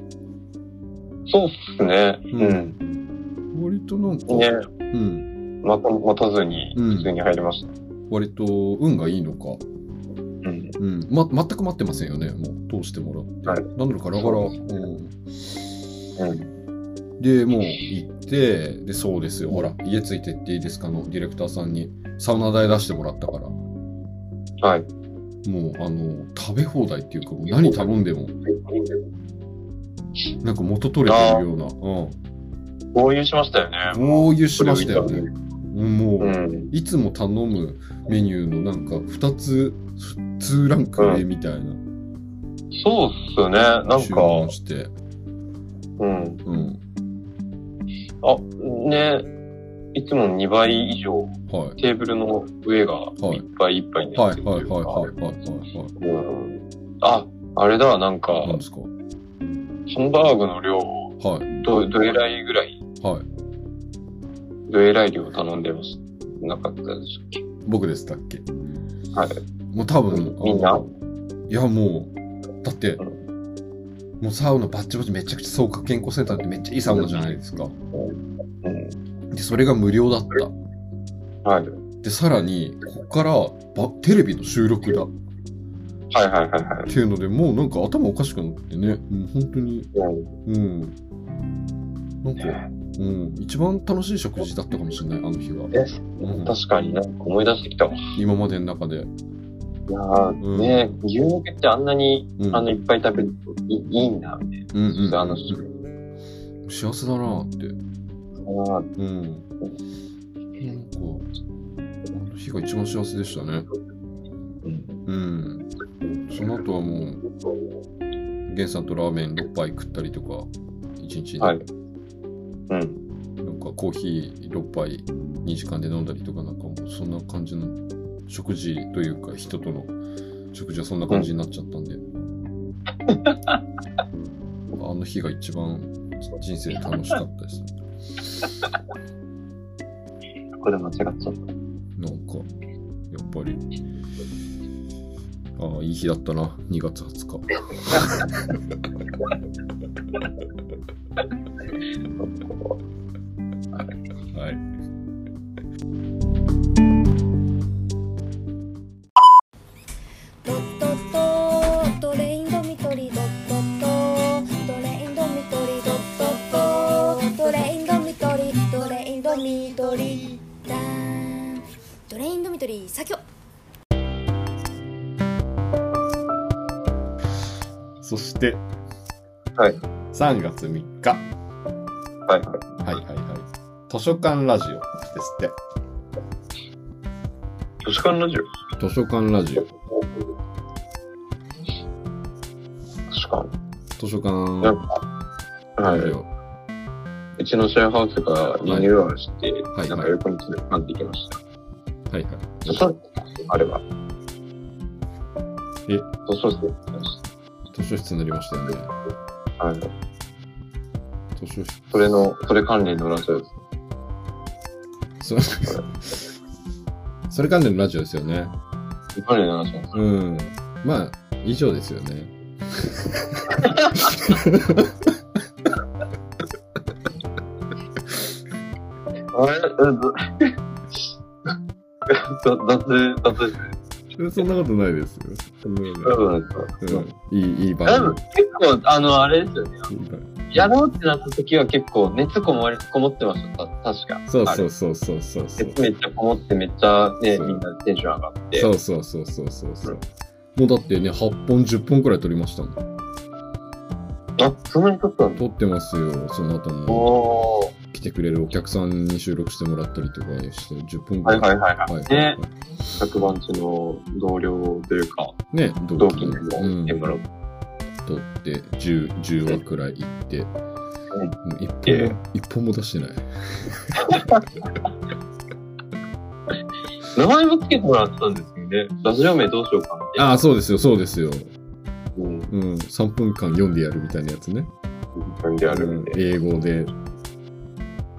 [SPEAKER 2] そうっすね。うん。
[SPEAKER 1] 割となんか、
[SPEAKER 2] ね、
[SPEAKER 1] うん。
[SPEAKER 2] また、待たずに、
[SPEAKER 1] うん
[SPEAKER 2] 普通に入りました。
[SPEAKER 1] 割と運がいいのか。
[SPEAKER 2] うん。
[SPEAKER 1] うん。ま、全く待ってませんよね。もう通してもらっ
[SPEAKER 2] は
[SPEAKER 1] て。
[SPEAKER 2] い
[SPEAKER 1] なんだろう、ガラガラ。
[SPEAKER 2] そうです
[SPEAKER 1] うん。
[SPEAKER 2] うん。
[SPEAKER 1] で、もう行って、で、そうですよ。ほら、家ついてっていいですかのディレクターさんにサウナ代出してもらったから、も
[SPEAKER 2] はい。
[SPEAKER 1] う、あの、食べ放題っていうか、もう何頼んでも、なんか元取れてるような、う
[SPEAKER 2] 合流しましたよね。
[SPEAKER 1] ん。豪遊しましたよね。うんもう、
[SPEAKER 2] うん。
[SPEAKER 1] いつも頼むメニューのなんか2つ、2ランク上みたいな、
[SPEAKER 2] そうっすね。なんか、
[SPEAKER 1] 注文して、
[SPEAKER 2] うん。
[SPEAKER 1] うん。
[SPEAKER 2] あ、ね、いつもの2倍以上、
[SPEAKER 1] は
[SPEAKER 2] テーブルの上が
[SPEAKER 1] はい
[SPEAKER 2] いっぱいいっぱいに
[SPEAKER 1] い。
[SPEAKER 2] なっ
[SPEAKER 1] は
[SPEAKER 2] て
[SPEAKER 1] い
[SPEAKER 2] る
[SPEAKER 1] はいはいはい
[SPEAKER 2] と
[SPEAKER 1] はいはいはい。
[SPEAKER 2] いうかうんあ、あれだ、なんか、
[SPEAKER 1] 何ですかは
[SPEAKER 2] ハンバーグの量、
[SPEAKER 1] い。
[SPEAKER 2] ど、どえらいぐらい、
[SPEAKER 1] はい。
[SPEAKER 2] どえらい量頼んでます。なかったでし
[SPEAKER 1] 僕でしたっけ
[SPEAKER 2] ょはい。
[SPEAKER 1] もう多分、あの
[SPEAKER 2] みんない
[SPEAKER 1] やもう、だって
[SPEAKER 2] う、
[SPEAKER 1] もうサウナバッチバチめちゃくちゃ創価健康センターってめっちゃいいサウナじゃないですか。
[SPEAKER 2] うん。
[SPEAKER 1] で、それが無料だった。
[SPEAKER 2] はい。
[SPEAKER 1] で、さらに、ここからばテレビの収録だっ
[SPEAKER 2] はいはいはいはい。
[SPEAKER 1] ていうので、もうなんか頭おかしくなってね、もう本当に、
[SPEAKER 2] うん
[SPEAKER 1] うん。なんか、うん、一番楽しい食事だったかもしれない、あの日は。
[SPEAKER 2] え
[SPEAKER 1] うん
[SPEAKER 2] 確かになんか思い出してきたわ。い
[SPEAKER 1] 今までの中で。
[SPEAKER 2] やー
[SPEAKER 1] うん
[SPEAKER 2] ね牛肉ってあんなに、
[SPEAKER 1] うん
[SPEAKER 2] あの、いっぱい食べるといいいいんだ、みたい
[SPEAKER 1] うんうん、
[SPEAKER 2] な。あ
[SPEAKER 1] う
[SPEAKER 2] の、
[SPEAKER 1] ん幸せだなって。
[SPEAKER 2] あー
[SPEAKER 1] うん。なんか、あの日が一番幸せでしたね。
[SPEAKER 2] うん
[SPEAKER 1] うん。その後はもう、ゲンさんとラーメン6杯食ったりとか、1日に、
[SPEAKER 2] はいうん。
[SPEAKER 1] なんかコーヒー6杯2時間で飲んだりとか、なんかもうそんな感じの食事というか、人との食事はそんな感じになっちゃったんで。あの日が一番人生で楽しかったです。
[SPEAKER 2] ここで間違っちゃった。
[SPEAKER 1] なんか、やっぱり。ああ、いい日だったな、2月20日。はい。
[SPEAKER 4] ドットットドレインドミトリドットットドレインドミトリドットットドレインドミトリドレインドミトリだーんドレインドミトリ作業
[SPEAKER 1] そして、
[SPEAKER 2] はい
[SPEAKER 1] 3月3日。
[SPEAKER 2] はいはい。
[SPEAKER 1] はいはいはい。図書館ラジオですって。
[SPEAKER 2] 図書館ラジオ
[SPEAKER 1] 図書館ラジオ。
[SPEAKER 2] 図書
[SPEAKER 1] 図書館
[SPEAKER 2] 館。は
[SPEAKER 1] ラ
[SPEAKER 2] い。
[SPEAKER 1] ジ
[SPEAKER 2] う
[SPEAKER 1] オ。
[SPEAKER 2] うちのシェアハウスがリニューアルして、
[SPEAKER 1] はい
[SPEAKER 2] なんか横に連れてんでいきました。
[SPEAKER 1] はいはい。
[SPEAKER 2] 図書室あれば。
[SPEAKER 1] え
[SPEAKER 2] 図書室
[SPEAKER 1] 図書室になりましたよね。
[SPEAKER 2] あの、
[SPEAKER 1] 図書室。
[SPEAKER 2] それの、それ関連のラジオで
[SPEAKER 1] そ
[SPEAKER 2] す。
[SPEAKER 1] れ、それ関連のラジオですよね。
[SPEAKER 2] それ関連のラジオです。
[SPEAKER 1] うん。まあ、以上ですよね。
[SPEAKER 2] あれ え、雑、雑です。
[SPEAKER 1] そんなことないですよ。そんなこと
[SPEAKER 2] 多
[SPEAKER 1] ない
[SPEAKER 2] 分、
[SPEAKER 1] うん、いい、いい
[SPEAKER 2] 多
[SPEAKER 1] 番
[SPEAKER 2] 分結構、あの、あれですよね。
[SPEAKER 1] 組。いい番
[SPEAKER 2] やろうってなった時は結構熱こもり、こもってました。た確か。
[SPEAKER 1] そう
[SPEAKER 2] あれ
[SPEAKER 1] そうそうそうそうそう。
[SPEAKER 2] 熱めっちゃこもってめっちゃね、
[SPEAKER 1] そう
[SPEAKER 2] みんなテンション上がって。
[SPEAKER 1] そうそうそうそうそうそう。もうだってね、8本、10本くらい撮りましたもん。
[SPEAKER 2] あ、そんなに撮ったんだ。
[SPEAKER 1] 撮ってますよ。その後も
[SPEAKER 2] おー。
[SPEAKER 1] 来てくれるお客さんに収録してもらったりとかして、10本く
[SPEAKER 2] は
[SPEAKER 1] ら
[SPEAKER 2] い
[SPEAKER 1] い。
[SPEAKER 2] はいはいはい。
[SPEAKER 1] はいはいは
[SPEAKER 2] ね
[SPEAKER 1] い、
[SPEAKER 2] 100番地の同僚というか、
[SPEAKER 1] ね、
[SPEAKER 2] 同
[SPEAKER 1] 同期
[SPEAKER 2] 期に
[SPEAKER 1] の、
[SPEAKER 2] も来てもらう。
[SPEAKER 1] 撮って10、10話くらい行って、うん一
[SPEAKER 2] え
[SPEAKER 1] 本も一本も出してない。
[SPEAKER 2] 名前もつけてもらったんですけどね、ラジオ名どうしようかなって。
[SPEAKER 1] ああ、そうですよ、そうですよ。
[SPEAKER 2] うん、
[SPEAKER 1] うん、3分間読んでやるみたいなやつね。
[SPEAKER 2] なんであるんで。
[SPEAKER 1] 英語で、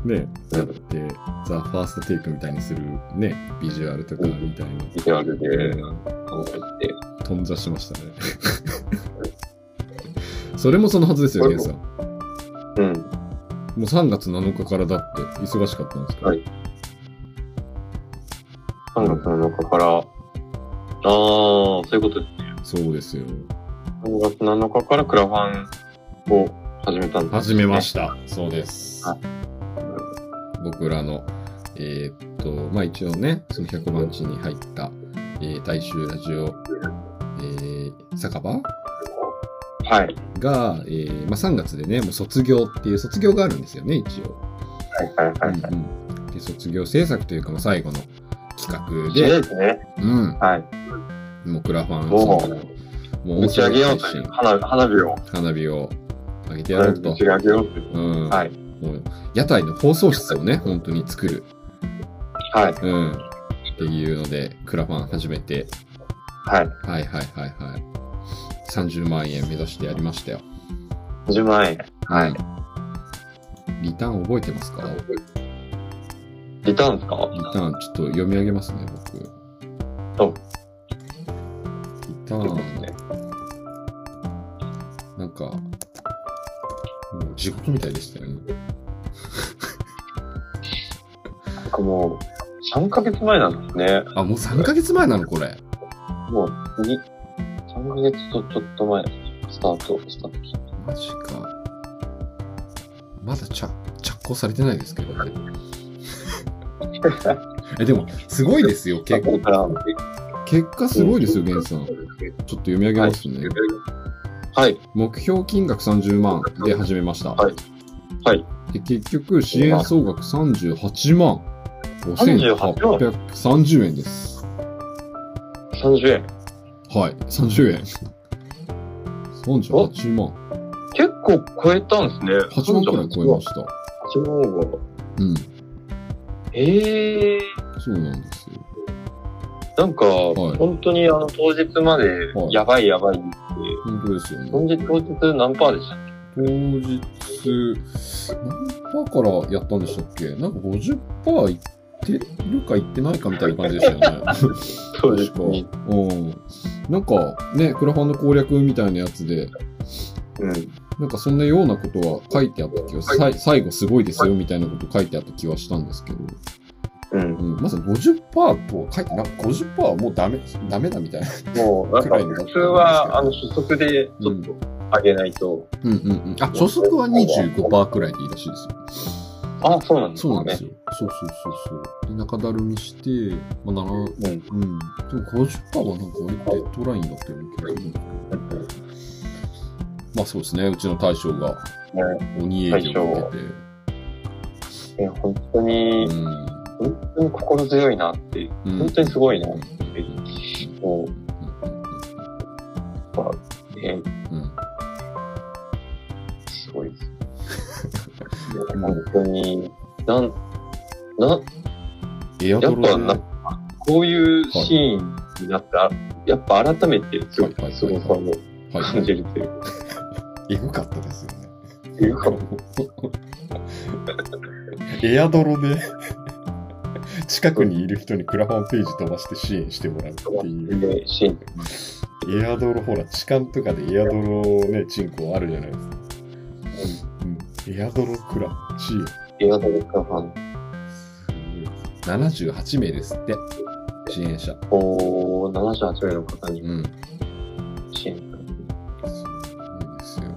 [SPEAKER 1] ね、やって、ザ・ファーストテイクみたいにするね、ビジュアルとかみたいな、
[SPEAKER 2] ビジュアルで、考えて。
[SPEAKER 1] 頓挫しましたね。 それもそのはずですよ、ゲンさん。も
[SPEAKER 2] うん。
[SPEAKER 1] う3月7日からだって、忙しかったんですから。
[SPEAKER 2] はい3月7日から、ああ、そういうことです。
[SPEAKER 1] そうですよ。
[SPEAKER 2] 3月7日からクラファンを始めたんです、
[SPEAKER 1] 始めました。そうです
[SPEAKER 2] は。
[SPEAKER 1] 僕らの、えーっと、まあ一応ね、その100番地に入った、えー大衆ラジオ、えー酒場
[SPEAKER 2] た。はい。
[SPEAKER 1] が、えーまあ、3月でね、もう卒業っていう、卒業があるんですよね、一応。
[SPEAKER 2] はいはいはい。はい
[SPEAKER 1] うんうんで卒業制作というか、まあ、最後の企画
[SPEAKER 2] そう
[SPEAKER 1] で、
[SPEAKER 2] ですね。
[SPEAKER 1] うん、
[SPEAKER 2] はい。
[SPEAKER 1] もうクラファン
[SPEAKER 2] も
[SPEAKER 1] そのもう
[SPEAKER 2] 打
[SPEAKER 1] 音
[SPEAKER 2] ち上
[SPEAKER 1] 声
[SPEAKER 2] げよ
[SPEAKER 1] 配
[SPEAKER 2] うという
[SPEAKER 1] 信、
[SPEAKER 2] 花花火を。
[SPEAKER 1] 花火を上げてやろ
[SPEAKER 2] 打
[SPEAKER 1] うと
[SPEAKER 2] ち。上げようという。
[SPEAKER 1] うん
[SPEAKER 2] はい。
[SPEAKER 1] もう屋台の放送室をね、本当に作る。
[SPEAKER 2] はい。
[SPEAKER 1] うん。っていうので、クラファン始めて、
[SPEAKER 2] はい。
[SPEAKER 1] はいはいはいはい。30万円目指してやりましたよ。
[SPEAKER 2] 10万円。
[SPEAKER 1] はい。リターン覚えてますか
[SPEAKER 2] リターンですか
[SPEAKER 1] リターン、ちょっと読み上げますね、僕。リ
[SPEAKER 2] お
[SPEAKER 1] ターン、なんか、もう地獄みたいでしたよね。
[SPEAKER 2] なんかもう、3ヶ月前なんですね。
[SPEAKER 1] あ、もう3ヶ月前なの、これ。
[SPEAKER 2] もう、に、3ヶ月とちょっと前、スタートした時。
[SPEAKER 1] マジか。まだ着着工されてないですけど ね。え、でも、すごいですよ。結
[SPEAKER 2] こから、
[SPEAKER 1] 結果すごいですよ、ゲンさん。ちょっと読み上げますね。
[SPEAKER 2] はい。
[SPEAKER 1] 目標金額30万で始めました。
[SPEAKER 2] はいはい。
[SPEAKER 1] で、結局、支援総額38万5830円です。
[SPEAKER 2] 30円。
[SPEAKER 1] はい、30円。38万。
[SPEAKER 2] 結構超えたんですね。
[SPEAKER 1] 8万くらい超えま
[SPEAKER 2] し
[SPEAKER 1] した。
[SPEAKER 2] た。8万は。
[SPEAKER 1] うん。
[SPEAKER 2] ええ
[SPEAKER 1] そうなんですよ。
[SPEAKER 2] なんか、
[SPEAKER 1] はい
[SPEAKER 2] 本当にあの、当日まで
[SPEAKER 1] は、い
[SPEAKER 2] やばいやばいって、
[SPEAKER 1] 本当ですよね。
[SPEAKER 2] 当日、当日何パーでした
[SPEAKER 1] 当日、何パーからやったんでしたっけなんか50%パーいってるかいってないかみたいな感じでしたよね。
[SPEAKER 2] 当日に。
[SPEAKER 1] うん。なんかね、クラファンの攻略みたいなやつで、
[SPEAKER 2] うん。
[SPEAKER 1] なんかそんなようなことは書いてあった気が、さい最後すごいですよみたいなこと書いてあった気はしたんですけど、
[SPEAKER 2] うん。
[SPEAKER 1] うん、まず50%とは書いてなく、50%はもうダメ、ダメだみたいな。
[SPEAKER 2] もう、なんか、普通は、あの、初速で、ちょっと、上げないと。
[SPEAKER 1] うんうんうん。あ、初速は25%くらいでいいらしいですよ。
[SPEAKER 2] あ、そうなんです
[SPEAKER 1] そう
[SPEAKER 2] ね。
[SPEAKER 1] なんですよ。そうそうそうそう。で、中だるみして、まあ、なら、うん。で
[SPEAKER 2] うん。
[SPEAKER 1] も50%はなんか割とデッドラインだったような気がするんだけど。まあそうですね、うちの大将が
[SPEAKER 2] ね
[SPEAKER 1] 鬼営業をかけて。
[SPEAKER 2] いや本当に、
[SPEAKER 1] うん。
[SPEAKER 2] 本当に心強いなって、
[SPEAKER 1] うん
[SPEAKER 2] 本当にすごいな
[SPEAKER 1] うんうん
[SPEAKER 2] もう、え
[SPEAKER 1] うんうんうん
[SPEAKER 2] すごいです。
[SPEAKER 1] うん
[SPEAKER 2] 本当に、なん、な、
[SPEAKER 1] エア
[SPEAKER 2] や
[SPEAKER 1] ド
[SPEAKER 2] っ
[SPEAKER 1] ロ
[SPEAKER 2] ぱ
[SPEAKER 1] で。
[SPEAKER 2] な、こういうシーンになって、あやっぱ改めてすご
[SPEAKER 1] はい
[SPEAKER 2] く
[SPEAKER 1] はい
[SPEAKER 2] すごさを
[SPEAKER 1] は
[SPEAKER 2] 感じるというか
[SPEAKER 1] い。エグかったですよね。
[SPEAKER 2] っていうか、
[SPEAKER 1] エアドロで近くにいる人にクラファンページ飛ばして支援してもらうっていう。
[SPEAKER 2] シーン。
[SPEAKER 1] エアドロ、ほら、痴漢とかでエアドロね、チンコあるじゃないですか。うん、エアドロクラ支援。
[SPEAKER 2] 映画と映画ファン。
[SPEAKER 1] 78名ですって、支援者。
[SPEAKER 2] こう、78名の方に
[SPEAKER 1] うん。
[SPEAKER 2] 支援されて
[SPEAKER 1] すごいですよ。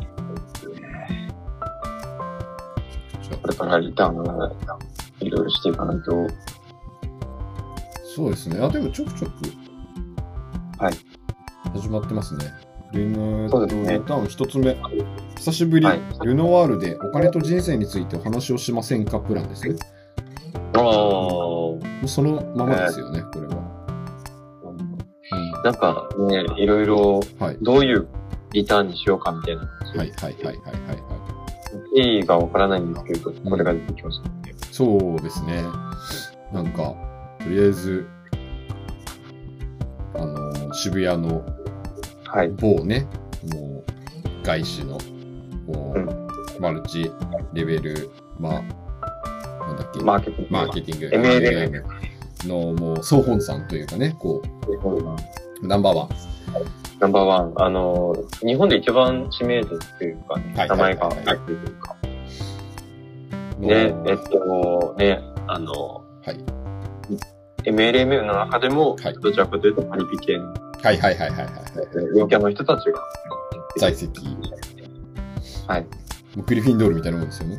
[SPEAKER 1] じゃ
[SPEAKER 2] これからリターンがいろいろしていかないと、
[SPEAKER 1] あそうですね。あ、でもちょくちょく。
[SPEAKER 2] はい。
[SPEAKER 1] 始まってますね。ルノ
[SPEAKER 2] そ
[SPEAKER 1] ー
[SPEAKER 2] うです
[SPEAKER 1] と
[SPEAKER 2] ね
[SPEAKER 1] リターン一つ目。久しぶり、
[SPEAKER 2] はい
[SPEAKER 1] ルノワールでお金と人生についてお話をしませんかプランですね。
[SPEAKER 2] ああ、
[SPEAKER 1] そのままですよね、これは。
[SPEAKER 2] なんかね、いろいろ
[SPEAKER 1] うん、はい。
[SPEAKER 2] どういうリターンにしようかみたいな話。
[SPEAKER 1] はいはいはいはいはいはい。
[SPEAKER 2] 経緯がわからないんですけど、これが出てきましたね。
[SPEAKER 1] そうですね。なんか、とりあえず、あの、渋谷の
[SPEAKER 2] はい。
[SPEAKER 1] 某ね、もう、外資の、こう、
[SPEAKER 2] う
[SPEAKER 1] マルチレベル、まあ、なんだっけ、
[SPEAKER 2] マーケティング。
[SPEAKER 1] マーケティング、
[SPEAKER 2] MLM
[SPEAKER 1] MLM の、もう、総本山というかね、こう、ナンバーワン。
[SPEAKER 2] ナンバーワン。あの、日本で一番知名度っていうか、
[SPEAKER 1] はい
[SPEAKER 2] 名前が
[SPEAKER 1] はい
[SPEAKER 2] 入ってるというか。
[SPEAKER 1] の
[SPEAKER 2] ね、えっと、ね、あの、
[SPEAKER 1] はい。
[SPEAKER 2] MLM の中でも、
[SPEAKER 1] はい
[SPEAKER 2] どちらかというとパリピ系の
[SPEAKER 1] はいはいはいはいはいはい。
[SPEAKER 2] 陽キャの人たちが
[SPEAKER 1] 在籍。
[SPEAKER 2] はい。
[SPEAKER 1] もうグリフィンドールみたいなもんですよね。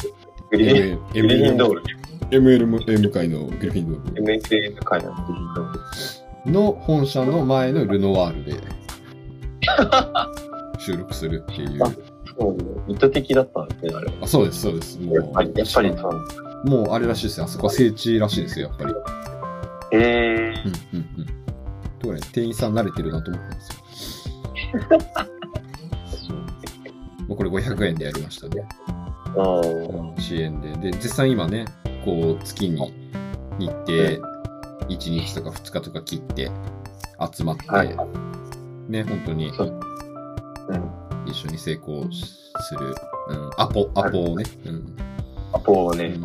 [SPEAKER 2] グリーン、グリーンドール、
[SPEAKER 1] MLM 界のグリフィンドー
[SPEAKER 2] MLM 界のグリーンドール。
[SPEAKER 1] ルの本社の前のルノワールで収録するっていう。
[SPEAKER 2] そう、意図的だったんですね、あれは。
[SPEAKER 1] あそうです、そうです。も
[SPEAKER 2] やっぱり、やっぱり
[SPEAKER 1] う、
[SPEAKER 2] そう。
[SPEAKER 1] もうあれらしいですよ。あそこは聖地らしいですよ、やっぱり。
[SPEAKER 2] え
[SPEAKER 1] う
[SPEAKER 2] ー、
[SPEAKER 1] んうんうん。とかね、店員さん慣れてるなと思ったんですよ。そうもうこれ500円でやりましたね。
[SPEAKER 2] あー
[SPEAKER 1] 支援で。で、実際今ね、こう、月に日程、1日とか2日とか切って、集まって、
[SPEAKER 2] はい
[SPEAKER 1] ね、本当に
[SPEAKER 2] そううん。
[SPEAKER 1] 一緒に成功しする、うん、アポ、アポをね、うん。
[SPEAKER 2] アポを
[SPEAKER 1] う
[SPEAKER 2] ね、
[SPEAKER 1] ん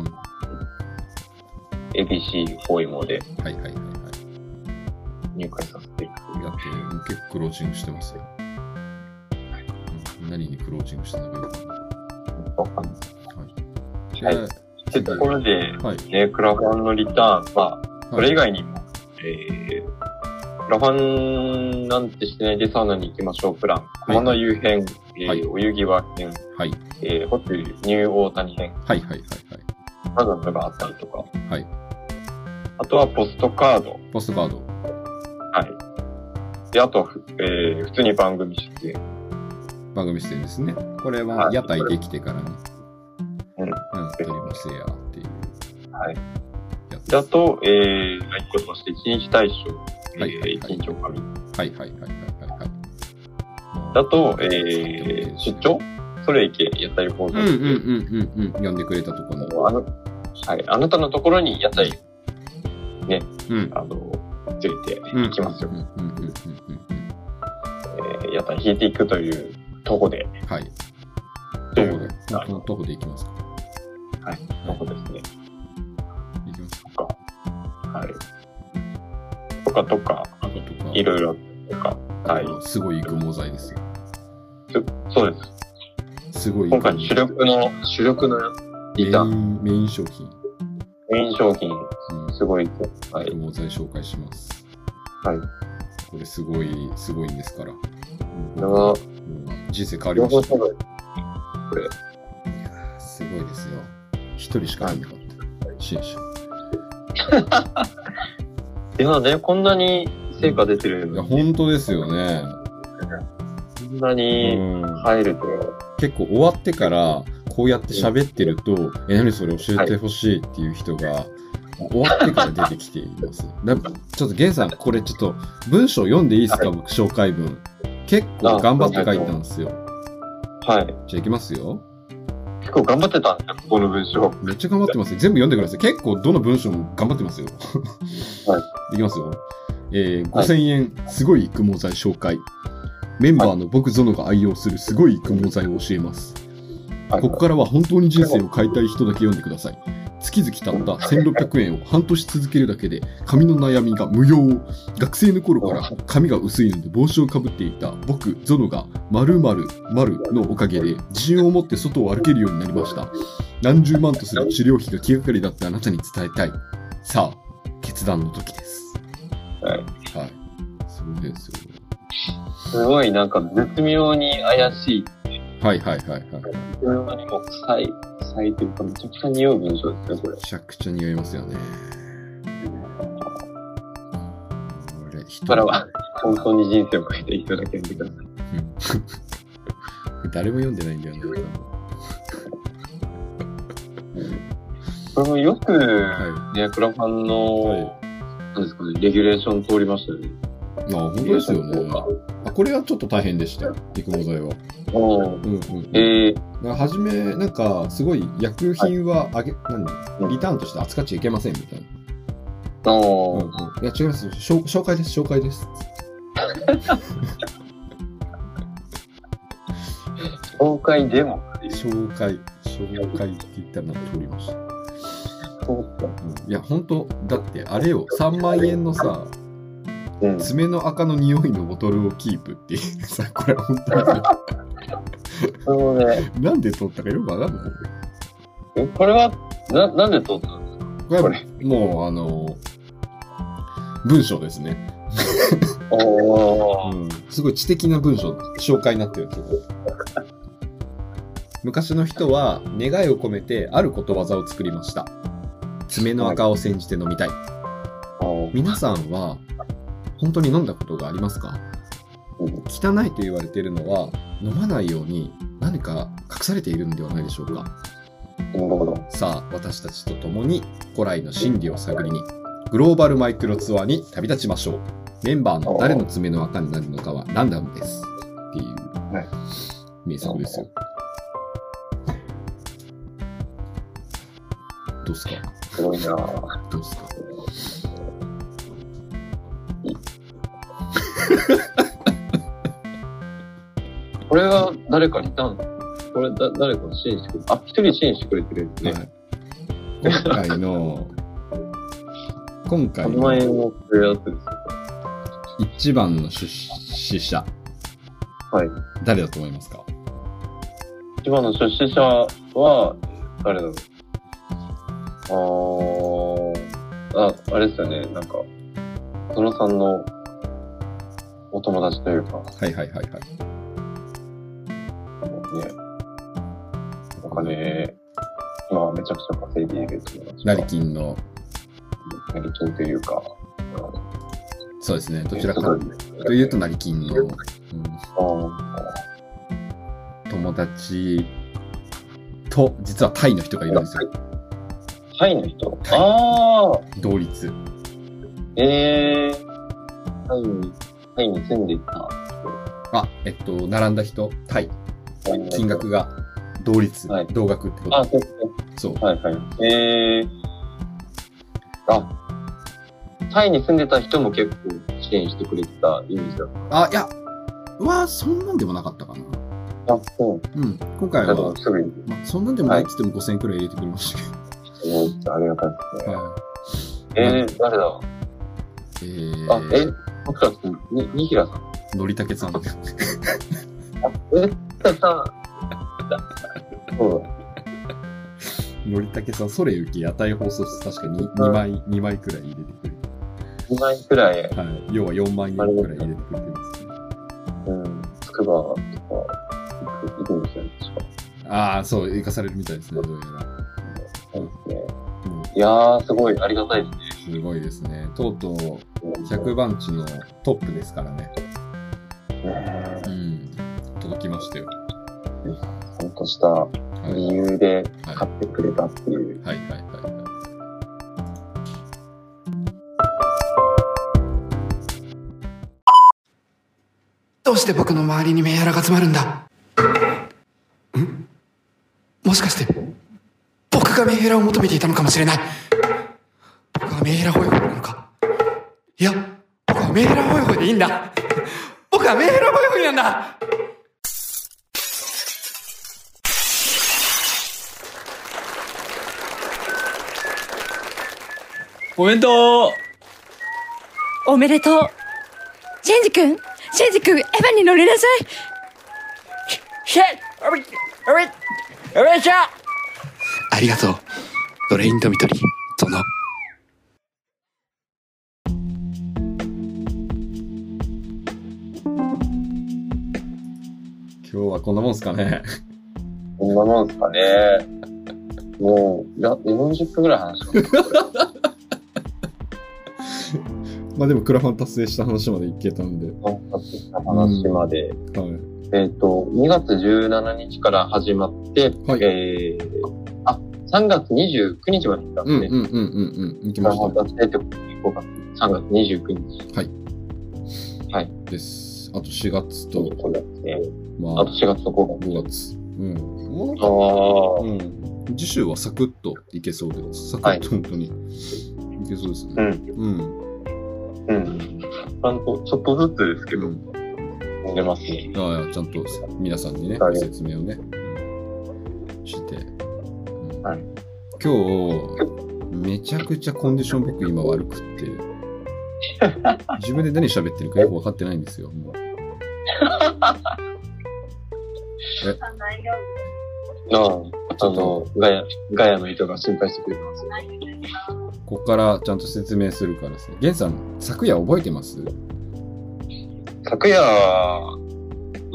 [SPEAKER 2] ABC 包囲網で
[SPEAKER 1] はいはいはいはい。
[SPEAKER 2] 入会させていくという
[SPEAKER 1] だって、結構クロージングしてますよ。うん何にクロージングしたのかよくわ
[SPEAKER 2] わかんない。
[SPEAKER 1] かんない。
[SPEAKER 2] はい
[SPEAKER 1] で
[SPEAKER 2] ってところで、
[SPEAKER 1] はい。
[SPEAKER 2] ね、クラファンのリターン、まあ、それ以
[SPEAKER 1] が、
[SPEAKER 2] 外にも、えー、クラファンなんてしてないでサウナに行きましょうプラン、駒の湯編、えー
[SPEAKER 1] はい
[SPEAKER 2] お湯際編、
[SPEAKER 1] はい、
[SPEAKER 2] えー、ホテルニューオータニ編、
[SPEAKER 1] はいはいはいはい。
[SPEAKER 2] などなどがあったりとか、
[SPEAKER 1] はい
[SPEAKER 2] あとはポストカード、
[SPEAKER 1] ポストカード。
[SPEAKER 2] はい。で、あとはふ、えー、普通に番組出演。
[SPEAKER 1] 番組出演ですね。これは
[SPEAKER 2] はい
[SPEAKER 1] 屋台できてからね。
[SPEAKER 2] うん
[SPEAKER 1] うん。取りませやっていう。
[SPEAKER 2] はい
[SPEAKER 1] やつ。
[SPEAKER 2] で、あと、えー、合言葉として一日大賞、
[SPEAKER 1] はいはいはい
[SPEAKER 2] えー、一日おかみ。
[SPEAKER 1] はいはいはいはいはいはい。
[SPEAKER 2] だと、え
[SPEAKER 1] ー
[SPEAKER 2] ー、出張それ行け、屋台講
[SPEAKER 1] う
[SPEAKER 2] 座。
[SPEAKER 1] んうんうんうんうん。呼んでくれたとこの。
[SPEAKER 2] あの、はい、あなたのところに屋台、
[SPEAKER 1] うん。
[SPEAKER 2] あの、ついて
[SPEAKER 1] うん。
[SPEAKER 2] 行きますよ
[SPEAKER 1] うん。うんうんうんうん
[SPEAKER 2] えー屋台引いていくというとこで、
[SPEAKER 1] うん。はい。ど
[SPEAKER 2] とい
[SPEAKER 1] こで
[SPEAKER 2] うはい
[SPEAKER 1] どどこで行きますか
[SPEAKER 2] とこですね。
[SPEAKER 1] 行きますか
[SPEAKER 2] はい。とかとか、
[SPEAKER 1] あとか。
[SPEAKER 2] いろいろとか、はい。
[SPEAKER 1] すごい育毛剤ですよ。
[SPEAKER 2] そうです。
[SPEAKER 1] すごい育
[SPEAKER 2] 今
[SPEAKER 1] 毛剤
[SPEAKER 2] 回主力の、主力のリターン
[SPEAKER 1] メイン、メイン商品。
[SPEAKER 2] メイン商品、
[SPEAKER 1] うん
[SPEAKER 2] すごい、はい。
[SPEAKER 1] 育毛剤紹介します。
[SPEAKER 2] はい。
[SPEAKER 1] これすごい、すごいんですから。
[SPEAKER 2] これは、
[SPEAKER 1] うん人生変わり
[SPEAKER 2] 両
[SPEAKER 1] ま
[SPEAKER 2] 方
[SPEAKER 1] し
[SPEAKER 2] すごい。
[SPEAKER 1] た。すごいですよ。一人しかいなかった。新種。
[SPEAKER 2] いやね、こんなに成果出て
[SPEAKER 1] い
[SPEAKER 2] るの
[SPEAKER 1] や、
[SPEAKER 2] に、
[SPEAKER 1] 本当ですよね。
[SPEAKER 2] こんな
[SPEAKER 1] う
[SPEAKER 2] に
[SPEAKER 1] ん、
[SPEAKER 2] 入ると、
[SPEAKER 1] 結構終わってから、こうやって喋ってると、え、何それ教えてほしいっていう人が、終わってから出てきています。 なんか、ちょっと、ゲンさん、これちょっと、文章読んでいいですか、
[SPEAKER 2] は
[SPEAKER 1] 僕、紹介文。結構頑張って書いたんですよ。
[SPEAKER 2] はい。
[SPEAKER 1] じゃあ、いきますよ。
[SPEAKER 2] 結構頑張ってたんですよ、ここの文章。
[SPEAKER 1] めっちゃ頑張ってますね。全部読んでください。結構どの文章も頑張ってますよ。 い。きますよ。えー、
[SPEAKER 2] はい
[SPEAKER 1] 5000円、すごい育毛剤紹介。メンバーの僕ゾノが愛用するすごい育毛剤を教えます。
[SPEAKER 2] はい
[SPEAKER 1] ここからは本当に人生を変えたい人だけ読んでください。月々たった1600円を半年続けるだけで髪の悩みが無用。学生の頃から髪が薄いので帽子をかぶっていた僕ゾノが〇〇〇のおかげで自信を持って外を歩けるようになりました。何十万とする治療費が気がかりだったあなたに伝えたい。さあ、決断の時です。
[SPEAKER 2] はい
[SPEAKER 1] はい。そうですよ。
[SPEAKER 2] すごいなんか絶妙に怪しい。
[SPEAKER 1] はいはいはいはい。
[SPEAKER 2] 絶妙にもう臭い、臭いというかめちゃくちゃ匂う文章ですね、これ
[SPEAKER 1] め。ちゃくちゃ匂いますよね。これ、人
[SPEAKER 2] これは本当に人生を変えていただけてください。
[SPEAKER 1] 誰も読んでないんだよね。
[SPEAKER 2] これもよく、
[SPEAKER 1] は
[SPEAKER 2] ね、クラファン
[SPEAKER 1] い。
[SPEAKER 2] の、
[SPEAKER 1] はい。
[SPEAKER 2] なんですかね、レギュレーション通りましたよね。
[SPEAKER 1] あ、本当ですよね。あこれはちょっと大変でしたよ。育毛剤は。
[SPEAKER 2] お
[SPEAKER 1] う
[SPEAKER 2] ー
[SPEAKER 1] んうんうん。
[SPEAKER 2] えー、
[SPEAKER 1] なんか初め、なんか、すごい、薬品はあげ、
[SPEAKER 2] う
[SPEAKER 1] 何
[SPEAKER 2] ん
[SPEAKER 1] リターンとして扱っちゃいけませんみたいな。
[SPEAKER 2] あ
[SPEAKER 1] うん
[SPEAKER 2] ー、
[SPEAKER 1] うんいや、違います。紹紹介です、紹介です。
[SPEAKER 2] 紹介でもっていう。
[SPEAKER 1] 紹介、紹介って言ったらなんか通りました。う
[SPEAKER 2] そうか。
[SPEAKER 1] んいや、本当だって、あれよ、3万円のさ、
[SPEAKER 2] うん。
[SPEAKER 1] 爪の垢の匂いのボトルをキープっていうさ、これ本当にさ
[SPEAKER 2] それもね、
[SPEAKER 1] なんで取ったかよくわかんない。
[SPEAKER 2] えこれは、な、なんで通ったんですか
[SPEAKER 1] これ
[SPEAKER 2] こ
[SPEAKER 1] は
[SPEAKER 2] れ
[SPEAKER 1] もう、あの、文章ですね。
[SPEAKER 2] おー。
[SPEAKER 1] すごい知的な文章、紹介になってるけど。昔の人は願いを込めてあることわざを作りました。爪の垢を煎じて飲みたい。皆さんは本当に飲んだことがありますか
[SPEAKER 2] うん
[SPEAKER 1] 汚いと言われているのは飲まないように何か隠されているのではないでしょうか
[SPEAKER 2] なるほど。
[SPEAKER 1] さあ私たちと共に古来の真理を探りにグローバルマイクロツアーに旅立ちましょうメンバーの誰の爪の赤になるのかはランダムですっていう
[SPEAKER 2] い
[SPEAKER 1] 名作ですよどうっすか
[SPEAKER 2] すごいなぁ。
[SPEAKER 1] どうっすか
[SPEAKER 2] これは誰かにいたんこれだ、誰か支援してくれあ、一人支援してくれてるんですね。
[SPEAKER 1] はい、今回の今回
[SPEAKER 2] 3万
[SPEAKER 1] の
[SPEAKER 2] 円のプレイヤーってですよ。
[SPEAKER 1] 一番の出資者
[SPEAKER 2] はい。
[SPEAKER 1] 誰だと思いますか
[SPEAKER 2] 一番の出資者は、誰だろう。あー、あ、あれですよね。なんか、そのさんのお友達というか、
[SPEAKER 1] はいはいはいはい
[SPEAKER 2] ね、お金、今はめちゃくちゃ稼いでいる友達が。
[SPEAKER 1] 成金の
[SPEAKER 2] 成金というか、
[SPEAKER 1] そうですねど
[SPEAKER 2] ど
[SPEAKER 1] ちらかというと成金の、うん友達と実はタイの人がいるんですよ
[SPEAKER 2] タイの人
[SPEAKER 1] タイ
[SPEAKER 2] ああ
[SPEAKER 1] 同率
[SPEAKER 2] ええタイに、タイに住んでいた。
[SPEAKER 1] あえっと並んだ人タイ金額が同率、
[SPEAKER 2] はい
[SPEAKER 1] 同額ってこと
[SPEAKER 2] あ、そうそう
[SPEAKER 1] そう
[SPEAKER 2] はいはい。ええあ、タイに住んでた人も結構支援してくれてたイメージだっ
[SPEAKER 1] あいやはそんなんでもなかったかな
[SPEAKER 2] た。あ、そう。
[SPEAKER 1] うん今回
[SPEAKER 2] だ
[SPEAKER 1] は
[SPEAKER 2] とすぐに、
[SPEAKER 1] まあ、そんなんでもないっつっても5000円くらい入れてくれましたけ
[SPEAKER 2] えー、ありがたいです
[SPEAKER 1] ど。
[SPEAKER 2] ね。
[SPEAKER 1] は
[SPEAKER 2] ええ誰だあ、
[SPEAKER 1] い、え
[SPEAKER 2] え
[SPEAKER 1] ー、、
[SPEAKER 2] 僕たち、に、にひらさん。
[SPEAKER 1] のりたけさん。
[SPEAKER 2] え、たさん。そうだ。
[SPEAKER 1] のりたけさん、それゆき屋台放送室、確かに 2, 枚、二枚くらい入れてくれ
[SPEAKER 2] 2万円くらい、
[SPEAKER 1] て。はい。要は4万円くらい入れてくれてます、ね。
[SPEAKER 2] うん、つくばとか、行くんですよね、確か。
[SPEAKER 1] ああ、そう、生かされるみたいですね、どうやら。
[SPEAKER 2] そうで
[SPEAKER 1] う
[SPEAKER 2] すね。
[SPEAKER 1] ん
[SPEAKER 2] いやー、すごい、ありがたいですね。
[SPEAKER 1] すごいですね。とうとう、100番地のトップですからね。
[SPEAKER 2] ね
[SPEAKER 1] うん。届きましたよ。
[SPEAKER 2] ちゃんとした
[SPEAKER 1] はい。
[SPEAKER 2] 理由で
[SPEAKER 1] はい。
[SPEAKER 2] 買ってくれたっていう。
[SPEAKER 1] はい、はい、はいはい。
[SPEAKER 5] どうして僕の周りにメンヘラが集まるんだんもしかして、僕がメンヘラを求めていたのかもしれない。僕はメンヘラホイホイなのか。いや、僕はメンヘラホイホイでいいんだ。僕はメンヘラホイホイなんだ。
[SPEAKER 6] おめでと
[SPEAKER 7] おめでとう。シェンジ君シェンジ君エヴァに乗りなさい。
[SPEAKER 6] シェおめ、おめ、おめでとう
[SPEAKER 5] ありがとう。ドレインドミトリー、殿。
[SPEAKER 1] 今日はこんなもんすかね。
[SPEAKER 2] こんなもんですかね。もう、だ40分ぐらい話します。
[SPEAKER 1] まあでもクラファン達成した話までいけたんで。は
[SPEAKER 2] 本格的な話まで。
[SPEAKER 1] い。
[SPEAKER 2] えっ、と、2月17日から始まって、
[SPEAKER 1] はい
[SPEAKER 2] えー、あ、3月29日まで行ったん
[SPEAKER 1] うん
[SPEAKER 2] で
[SPEAKER 1] うん
[SPEAKER 2] す
[SPEAKER 1] う
[SPEAKER 2] ね。
[SPEAKER 1] んうんうん。行き
[SPEAKER 2] な
[SPEAKER 1] ま
[SPEAKER 2] るほ
[SPEAKER 1] し
[SPEAKER 2] ど。ってことで5月、3月29日
[SPEAKER 1] た。です。あと4月と、
[SPEAKER 2] そうですね。
[SPEAKER 1] ま
[SPEAKER 2] あ
[SPEAKER 1] あ
[SPEAKER 2] と4月と5月。
[SPEAKER 1] 5月。うん。もう
[SPEAKER 2] ああ、
[SPEAKER 1] うん。次週はサクッといけそうです。サク
[SPEAKER 2] は
[SPEAKER 1] ッ
[SPEAKER 2] い
[SPEAKER 1] と本当に。いけそうです
[SPEAKER 2] う
[SPEAKER 1] ね。
[SPEAKER 2] ん。
[SPEAKER 1] うん。
[SPEAKER 2] うん。ちゃんと、ちょっとずつですけ
[SPEAKER 1] う
[SPEAKER 2] ど、
[SPEAKER 1] ん。
[SPEAKER 2] 見れますね。
[SPEAKER 1] ああ、ちゃんと皆さんにね、
[SPEAKER 2] はい
[SPEAKER 1] ご説明をね、うんして。うん
[SPEAKER 2] はい
[SPEAKER 1] 今日、めちゃくちゃコンディション僕今悪くって、 自分で何喋ってるかよく分かってないんですよ。もう
[SPEAKER 2] なあ、あの、ガヤ、ガヤの人が心配してくれてます。
[SPEAKER 1] ここからちゃんと説明するからですね。ゲンさん、昨夜覚えてます
[SPEAKER 2] 昨夜、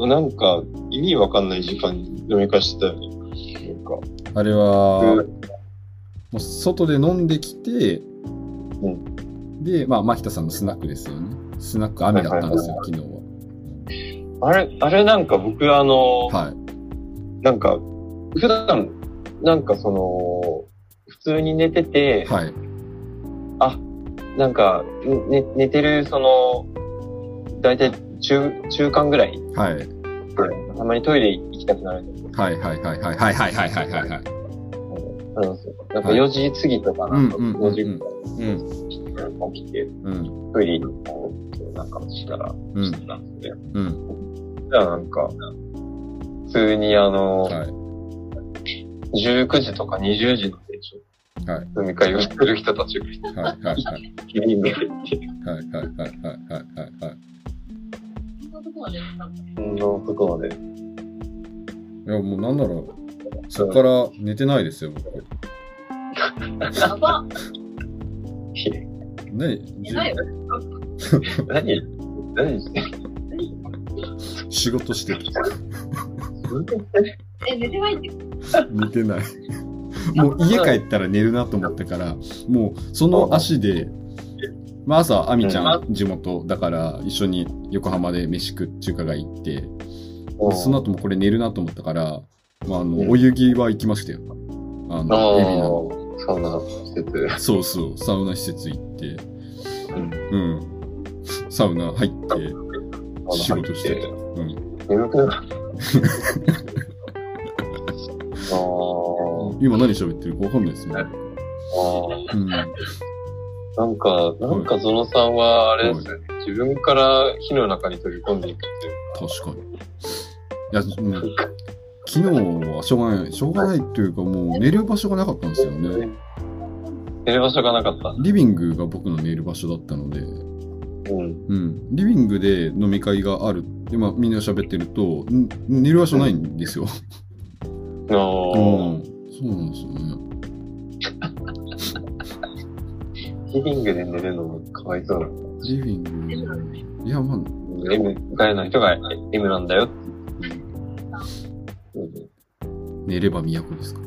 [SPEAKER 2] なんか、意味わかんない時間に飲み会してたよね。なんか、
[SPEAKER 1] あれは、
[SPEAKER 2] う
[SPEAKER 1] もう外で飲んできて、
[SPEAKER 2] う
[SPEAKER 1] で、まあ、牧田さんのスナックですよね。スナック雨だったんですよ、昨日
[SPEAKER 2] あれ、あれなんか僕あの、
[SPEAKER 1] は。はい。
[SPEAKER 2] なんか、普段、なんかその、普通に寝てて、
[SPEAKER 1] はい。
[SPEAKER 2] なんか、ね、寝てるその、大体中、中間ぐらい、
[SPEAKER 1] はい。
[SPEAKER 2] たまにトイレ行きたくなるんですけ
[SPEAKER 1] はいはいはいはいはいはいはいはいはいはい。
[SPEAKER 2] ど、あのなんか
[SPEAKER 1] はい
[SPEAKER 2] 4時過ぎとかなんか
[SPEAKER 1] うんうんうん
[SPEAKER 2] 5時ぐら
[SPEAKER 1] うん。
[SPEAKER 2] い起きて、
[SPEAKER 1] うん。
[SPEAKER 2] トイレ行こうってなんかしたら、してたんですね。
[SPEAKER 1] うん。
[SPEAKER 2] じゃあなんか、普通にあの、
[SPEAKER 1] はい。
[SPEAKER 2] 19時とか20時の電車、
[SPEAKER 1] はい
[SPEAKER 2] 飲み会をしてる人たちがいて
[SPEAKER 1] はいはいはい。
[SPEAKER 2] 急に出てきて、
[SPEAKER 1] はいはいはいはいはいはい。
[SPEAKER 2] そんなとこまで。
[SPEAKER 1] いや、もうなんなら、そっから寝てないですよ、僕。ね、
[SPEAKER 2] 何何してる
[SPEAKER 1] 仕事してる。
[SPEAKER 8] え、寝てないんです
[SPEAKER 1] 寝てない。もう家帰ったら寝るなと思ったから、もうその足で、まあ朝、アミちゃん地元だから一緒に横浜で飯食う中華街行って、その後もこれ寝るなと思ったから、まあ、あ
[SPEAKER 2] うん
[SPEAKER 1] の、お湯着は行きましたよ。あ
[SPEAKER 2] あ
[SPEAKER 1] の、海老名の。
[SPEAKER 2] ーそんな説。
[SPEAKER 1] そうそう、サウナ施設行って、うん。サウナ入って、仕事してた。うん。
[SPEAKER 2] 眠く なかった。あー
[SPEAKER 1] 今何喋ってるかわかんないですね。
[SPEAKER 2] あー
[SPEAKER 1] うん。
[SPEAKER 2] なんか、なんかゾノさんは、あれですよね。自分から火の中に飛び込んでいくっていう。
[SPEAKER 1] 確かに。いや、もう、昨日はしょうがない、しょうがないっていうかもう寝る場所がなかったんですよね。
[SPEAKER 2] 寝る場所がなかった。
[SPEAKER 1] リビングが僕の寝る場所だったので、う
[SPEAKER 2] うん。
[SPEAKER 1] ん。リビングで飲み会がある。今みんな喋ってると、ん寝る場所ないんですよ。
[SPEAKER 2] あー
[SPEAKER 1] そうなんですよね。
[SPEAKER 2] リビングで寝るのがかわいそうな。
[SPEAKER 1] リビング。いや、まあ、
[SPEAKER 2] M、外の人が M なんだよっていう。うん
[SPEAKER 1] 寝れば都ですから。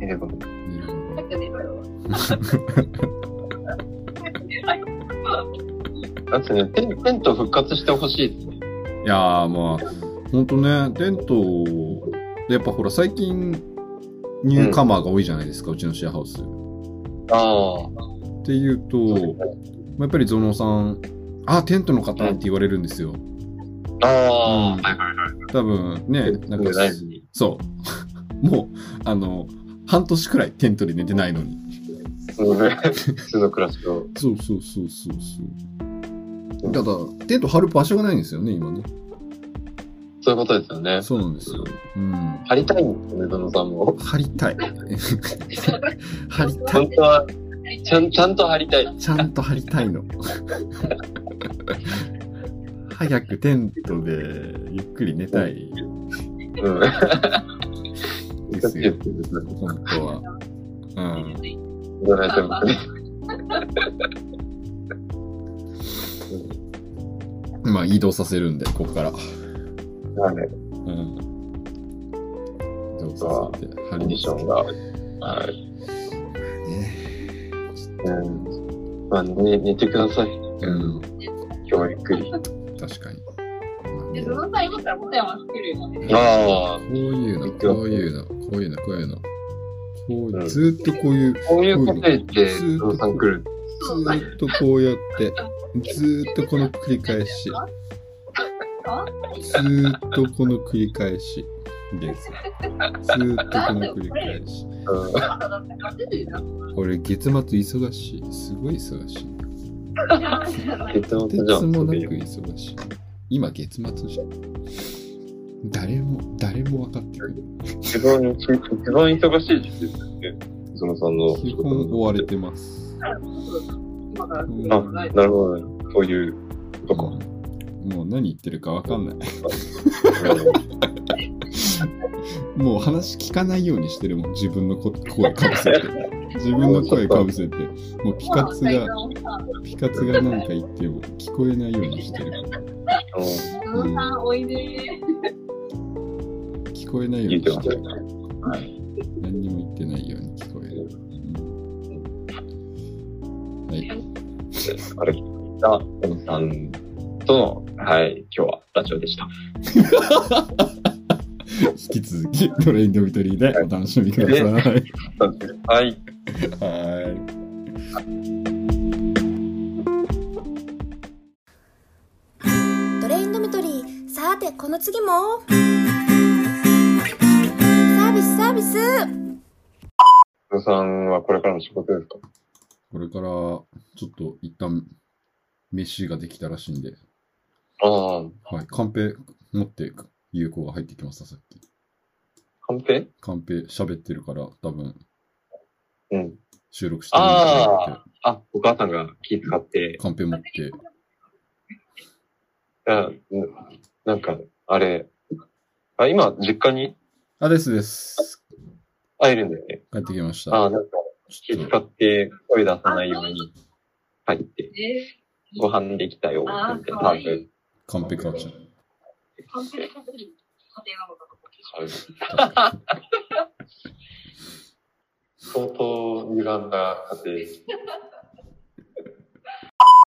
[SPEAKER 2] 寝れば
[SPEAKER 1] 寝れば
[SPEAKER 8] か早く寝ろよ。早く寝ろよ
[SPEAKER 2] だってね、テンテント復活してほしいですね。
[SPEAKER 1] いやーまあ、ほんとね、テント、やっぱほら最近、ニューカマーが多いじゃないですか、うちのシェアハウス。っ
[SPEAKER 2] あ
[SPEAKER 1] ていうと、まあやっぱりゾノさん、あ、テントの方って言われるんですよ。
[SPEAKER 2] あ。ああ。
[SPEAKER 1] 多分ね、なん
[SPEAKER 2] 寝
[SPEAKER 1] か
[SPEAKER 2] ないのに
[SPEAKER 1] そう。 もう、あの、半年くらいテントで寝てないのに。
[SPEAKER 2] そうね。普通の暮らしを。
[SPEAKER 1] そうそうそうそうそう。ただ、テント張る場所がないんですよね、今ね。
[SPEAKER 2] そういうことですよね。
[SPEAKER 1] そうなんですよ。うん。
[SPEAKER 2] 張りたいんですよね、どのさんも。
[SPEAKER 1] 張り たい。張りたい。
[SPEAKER 2] 本当は、ちゃん、ちゃんと張りたい。
[SPEAKER 1] ちゃんと張りたいの。早くテントでゆっくり寝たい
[SPEAKER 2] うん。
[SPEAKER 1] ですよ、
[SPEAKER 2] 言
[SPEAKER 1] 本当は。うん。
[SPEAKER 2] われてますね。
[SPEAKER 1] まあ移動させるんで、ここから。
[SPEAKER 2] はい。
[SPEAKER 1] うん。移動させて、張
[SPEAKER 2] コンディションが。はい。
[SPEAKER 1] ね。
[SPEAKER 2] うん。まあ、ね、寝てください。
[SPEAKER 1] うん、
[SPEAKER 2] 今日はゆっくり。
[SPEAKER 1] 確かに。
[SPEAKER 8] で、その際にしたら、もやもやしてるよね。
[SPEAKER 2] ああ
[SPEAKER 1] こういうの、こういうの、こういうの、こういうの。こうずーっとこういう、ず
[SPEAKER 2] こういうこと言って、どのさん来る。
[SPEAKER 1] ーっとこうやって、ずーっとこの繰り返し。ずーっとこの繰り返しです。ずーっとこの繰り返し。
[SPEAKER 2] うん。
[SPEAKER 8] あんただって勝てるじゃん。
[SPEAKER 1] 俺、月末忙しい。すごい忙しい。
[SPEAKER 2] 絶対ま
[SPEAKER 1] 月
[SPEAKER 2] たじゃあ、
[SPEAKER 1] もなく忙しい。今、月末じゃん。誰も、誰も分かってくれない。
[SPEAKER 2] 一番、一番忙しい時期ですよね。そのさんの
[SPEAKER 1] 基
[SPEAKER 2] 仕
[SPEAKER 1] 本
[SPEAKER 2] 事
[SPEAKER 1] 追われてます。
[SPEAKER 8] 今から
[SPEAKER 1] うん
[SPEAKER 2] あ、なるほど。そういうことか。
[SPEAKER 1] もう何言ってるか分かんない。
[SPEAKER 2] う
[SPEAKER 1] もう話聞かないようにしてるもん。自分のこ声かぶせて。自分の声かぶせて。もうピカツが、ピカツが何か言っても聞こえないようにしてる。
[SPEAKER 2] ん
[SPEAKER 8] そのさん、おいで。
[SPEAKER 1] 聞こえないよう
[SPEAKER 2] 言
[SPEAKER 1] に
[SPEAKER 2] ってま
[SPEAKER 1] し
[SPEAKER 2] す
[SPEAKER 1] て
[SPEAKER 2] よ
[SPEAKER 1] る。
[SPEAKER 2] ね。
[SPEAKER 1] 何にも言ってないように聞こえる。うんはい。
[SPEAKER 2] あれ、な、小野さんとの、はい、今日はラジオでした。
[SPEAKER 1] 引き続き、トレインドミトリーでお楽しみください。
[SPEAKER 2] はい。
[SPEAKER 1] はい。
[SPEAKER 4] ドレインドミトリーさてこの次もサービスサービス
[SPEAKER 2] 小野さんはこれからの仕事ですか
[SPEAKER 1] これから、ちょっと一旦、飯ができたらしいんで、
[SPEAKER 2] ああ、
[SPEAKER 1] はい。カンペ持って、有効が入ってきました、さっき。
[SPEAKER 2] カンペ
[SPEAKER 1] カンペ喋ってるから、多分、
[SPEAKER 2] うん。
[SPEAKER 1] 収録してるんだと思っ
[SPEAKER 2] あ、お母さんが気使って
[SPEAKER 1] て、、カンペ持って、
[SPEAKER 2] あななんか、あれ、あ、今、実家に
[SPEAKER 1] あ、ですです。
[SPEAKER 2] 会えるんだよね。
[SPEAKER 1] 帰ってきました。
[SPEAKER 2] あなんか、
[SPEAKER 1] ち
[SPEAKER 2] 気
[SPEAKER 1] ょっ
[SPEAKER 2] 使
[SPEAKER 1] と、
[SPEAKER 2] って声出さないように入って、
[SPEAKER 8] え
[SPEAKER 2] ご飯できたよ、み
[SPEAKER 8] あ
[SPEAKER 2] たいな。
[SPEAKER 8] かわいい
[SPEAKER 2] はい
[SPEAKER 1] カンペ母ちゃん。
[SPEAKER 8] ー、完璧勝てる家庭なのかとか。
[SPEAKER 2] 相当歪んだ家庭。